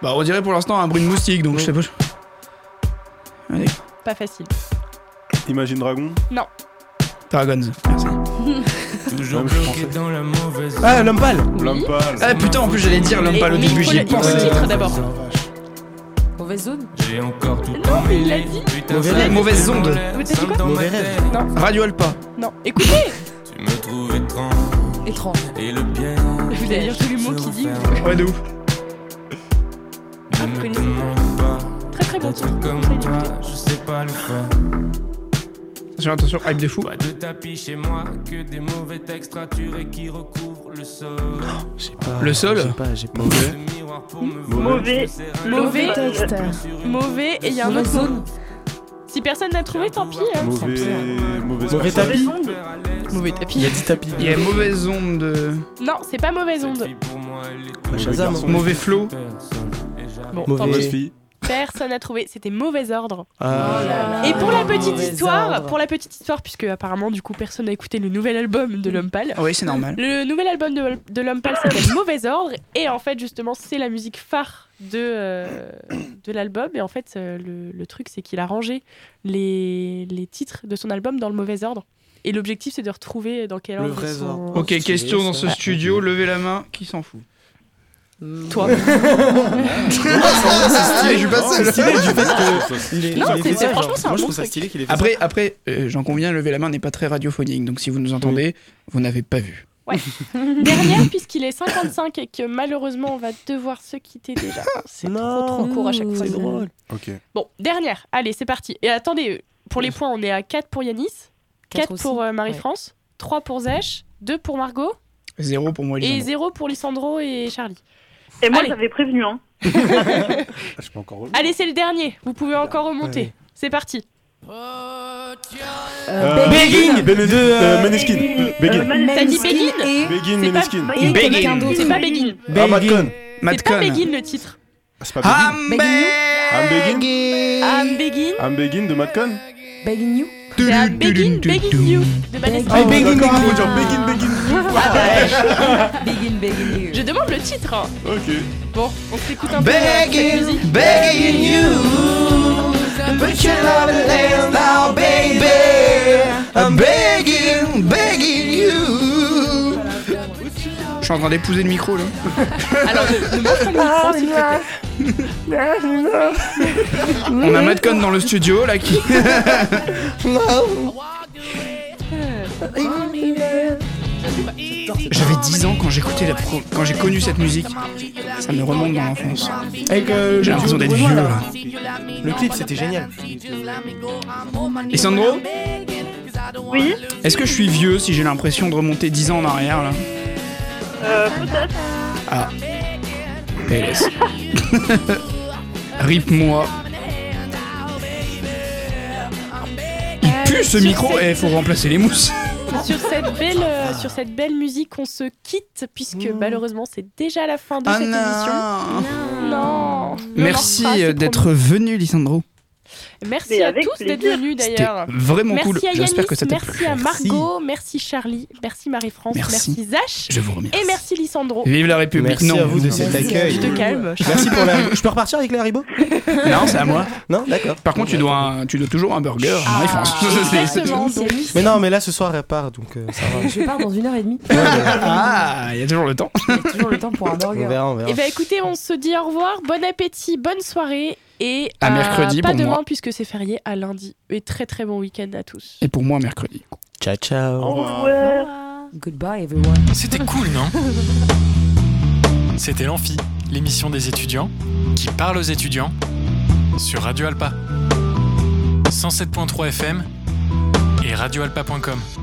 S2: Bah, on dirait pour l'instant un bruit de moustique, donc je sais pas.
S1: Pas facile.
S8: Imagine Dragon.
S2: Dragons. Merci.
S8: Toujours bloqué dans
S5: Ah, l'homme pâle.
S8: L'homme pâle.
S2: Ah putain, en plus j'allais dire l'homme
S1: Et-
S2: pas le
S1: mais il
S2: début,
S1: faut
S2: j'y ai
S1: le- il faut
S2: pensé.
S1: le titre d'abord.
S7: Mauvaise zone.
S1: Non, mais il l'a dit.
S5: Mauvaise
S2: La
S5: rêve.
S2: mauvaise onde.
S1: Vous t'as dit quoi
S5: Mauvais rêve.
S2: Radio Alpa.
S1: Non. Écoutez
S7: Étrange.
S1: Vous allez dire tous les mots qu'il dit.
S2: Ouais, de ouf.
S1: Ah, vous connaissez. Très très bon titre. Vous allez l'écouter.
S2: Attention, attention, hype de fou.
S4: Pas de tapis chez moi, que des mauvais textes raturés qui recouvrent le sol.
S8: J'ai pas-
S2: Le sol
S8: j'ai pas, j'ai pas.
S4: Le miroir pour me
S3: Mauvais.
S1: Mauvais.
S6: texte.
S1: Mauvais et il y a un autre
S7: Mauvais.
S1: mot. Si personne n'a trouvé, tant pis. hein.
S8: Mauvais, mauvaise
S5: Mauvais
S8: personne.
S5: tapis.
S1: Mauvais
S5: Il
S1: tapis.
S5: y a 10 tapis.
S2: Il y a mauvaise onde, de-
S1: Non, c'est pas mauvaise onde.
S8: Mauvais
S5: Shazam.
S8: garçon.
S2: mauvais flow.
S1: Bon,
S5: Mauvais-
S1: tant pis.
S8: Mauvaise fille.
S1: personne n'a trouvé. C'était mauvais ordre.
S5: Ah.
S1: Et pour la petite
S7: Mauvais
S1: histoire,
S7: ordre.
S1: pour la petite histoire, puisque apparemment du coup personne n'a écouté le nouvel album de l'homme pâle.
S2: Ah oui, c'est normal.
S1: Le nouvel album de, de l'homme pâle s'appelle Mauvais Ordre et en fait justement c'est la musique phare de, euh, de l'album et en fait euh, le, le truc c'est qu'il a rangé les, les titres de son album dans le mauvais ordre et l'objectif c'est de retrouver dans quel
S5: Le
S1: ordre
S5: vrai
S1: ils sont- euh,
S5: ordre.
S2: Ok,
S5: Oh, Stylé,
S2: question
S5: ça.
S2: dans ce studio, levez la main, qui s'en fout
S1: toi.
S5: C'est stylé, je suis pas seul.
S8: stylé, du fait
S5: Il est-
S1: Non,
S5: il est
S1: c'est-
S5: fait
S1: c'est-
S5: ça,
S1: franchement,
S5: genre.
S1: c'est un
S5: Moi, je
S1: bon
S5: trouve ça
S1: truc.
S5: stylé qu'il ait fait ça.
S2: Après, après euh, j'en conviens, lever la main n'est pas très radiophonique, donc si vous nous entendez, vous n'avez pas vu.
S1: Dernière puisqu'il est 55 et que malheureusement on va devoir se quitter déjà. C'est trop
S5: Non.
S1: trop court à chaque fois.
S7: C'est drôle.
S8: Ok. Ah,
S1: Bon, dernière. Allez, c'est parti. Et attendez, pour les points, on est à 4 pour Yanis, 4,
S7: Quatre
S1: pour
S7: aussi.
S1: euh, Marie-France, 3 pour Zech, 2 pour Margot
S2: Zéro pour moi,
S1: et
S2: Elisabeth.
S1: 0 pour Lisandro et Charlie.
S3: Et moi,
S1: Allez.
S3: j'avais prévenu, hein.
S8: Je peux encore relever.
S1: Allez, c'est le dernier. Vous pouvez encore remonter. C'est parti.
S7: Euh,
S8: Begging Begging
S5: euh,
S8: Meneskin
S3: Euh,
S8: Begging
S3: Manu-
S1: T'as dit
S7: Maneskin
S1: Begin
S7: et-
S8: Begging
S1: c'est pas-
S8: Meneskin
S7: et
S2: Begin.
S7: quelqu'un d'autre.
S1: C'est pas Begin.
S8: Ah,
S5: bah,
S8: Matcon
S1: C'est pas
S2: Matcon.
S1: Begin le titre.
S8: Ah, C'est pas Begging
S2: I'm
S7: Begging you.
S2: begging.
S1: I'm Begin.
S8: I'm Begging Ah, de Matcon
S7: Begging You.
S1: C'est I'm Begin, Begin You de Vanessa.
S7: Ah, Begin,
S8: d'accord,
S7: Begging.
S8: faut dire Begging Begging
S7: Begging, Begging You.
S1: Je demande le titre. hein.
S8: Ok
S1: Bon, on s'écoute un peu. euh, cette musique.
S2: begging you. But your love lands now, baby. I'm begging, begging you. Je suis en train d'épouser le micro là.
S1: Alors, ne, ne montre pas le
S7: Ah,
S1: micro, s'il te plaît.
S2: On a Madcon dans le studio là qui. J'avais 10 ans quand j'écoutais la pro- quand j'ai connu cette musique. Ça me remonte dans l'enfance.
S5: Avec euh, le
S2: J'ai l'impression
S5: duo de
S2: d'être vieux
S5: Renoir,
S2: là.
S5: Le clip, c'était génial.
S2: Et Sandro,
S3: Oui,
S2: est-ce que je suis vieux si j'ai l'impression de remonter 10 ans en arrière là
S3: euh, peut-être.
S2: PLS. Rip-moi. Il pue ce micro et faut remplacer les mousses.
S1: Sur cette belle, euh, sur cette belle musique, on se quitte puisque
S2: Mm.
S1: malheureusement c'est déjà la fin de cette émission. Non. Mais on en
S2: Ah Merci euh,
S1: reparlera, Ah, c'est
S2: d'être venu, Lisandro.
S1: promis. Merci
S3: Mais
S1: à
S3: avec
S1: tous d'être
S3: plaisir.
S1: venus
S2: C'était
S1: d'ailleurs.
S2: vraiment
S1: Merci
S2: cool.
S1: à
S2: J'espère
S1: Yanis,
S2: que ça t'a plu.
S1: merci à Margot, merci Charlie, merci Marie-France,
S2: Merci.
S1: merci, Zach
S2: Je vous remercie.
S1: et merci Lisandro.
S2: Vive la République.
S5: Merci
S2: non,
S5: à vous de
S2: non.
S5: cet accueil.
S1: Je te calme.
S5: Merci pour la. Je peux repartir avec les haribots
S2: Non, c'est à moi.
S5: Non, d'accord.
S2: Par contre, tu dois, un- tu dois toujours un burger en Marie-France. C'est- c'est-
S1: Ah, Exactement.
S7: Ah, C'est
S1: donc,
S7: lui.
S5: Mais non, mais là, ce soir, elle part, donc euh, ça va.
S7: Je pars dans une heure et demie.
S2: Ah, il y a toujours le temps.
S7: J'ai toujours le temps pour un
S5: On
S7: burger.
S5: verra, on verra.
S1: Eh bien écoutez, on se dit au revoir, bon appétit, bonne soirée et euh,
S2: À mercredi
S1: pas
S2: pour
S1: demain
S2: moi.
S1: puisque c'est férié à lundi. Et très très bon week-end à tous.
S2: Et pour moi, mercredi.
S5: Ciao, ciao.
S8: Au revoir
S3: Ouais.
S7: Goodbye everyone.
S9: C'était cool, non C'était l'Amphi, l'émission des étudiants qui parle aux étudiants sur Radio Alpa. 107.3 FM et radioalpa.com.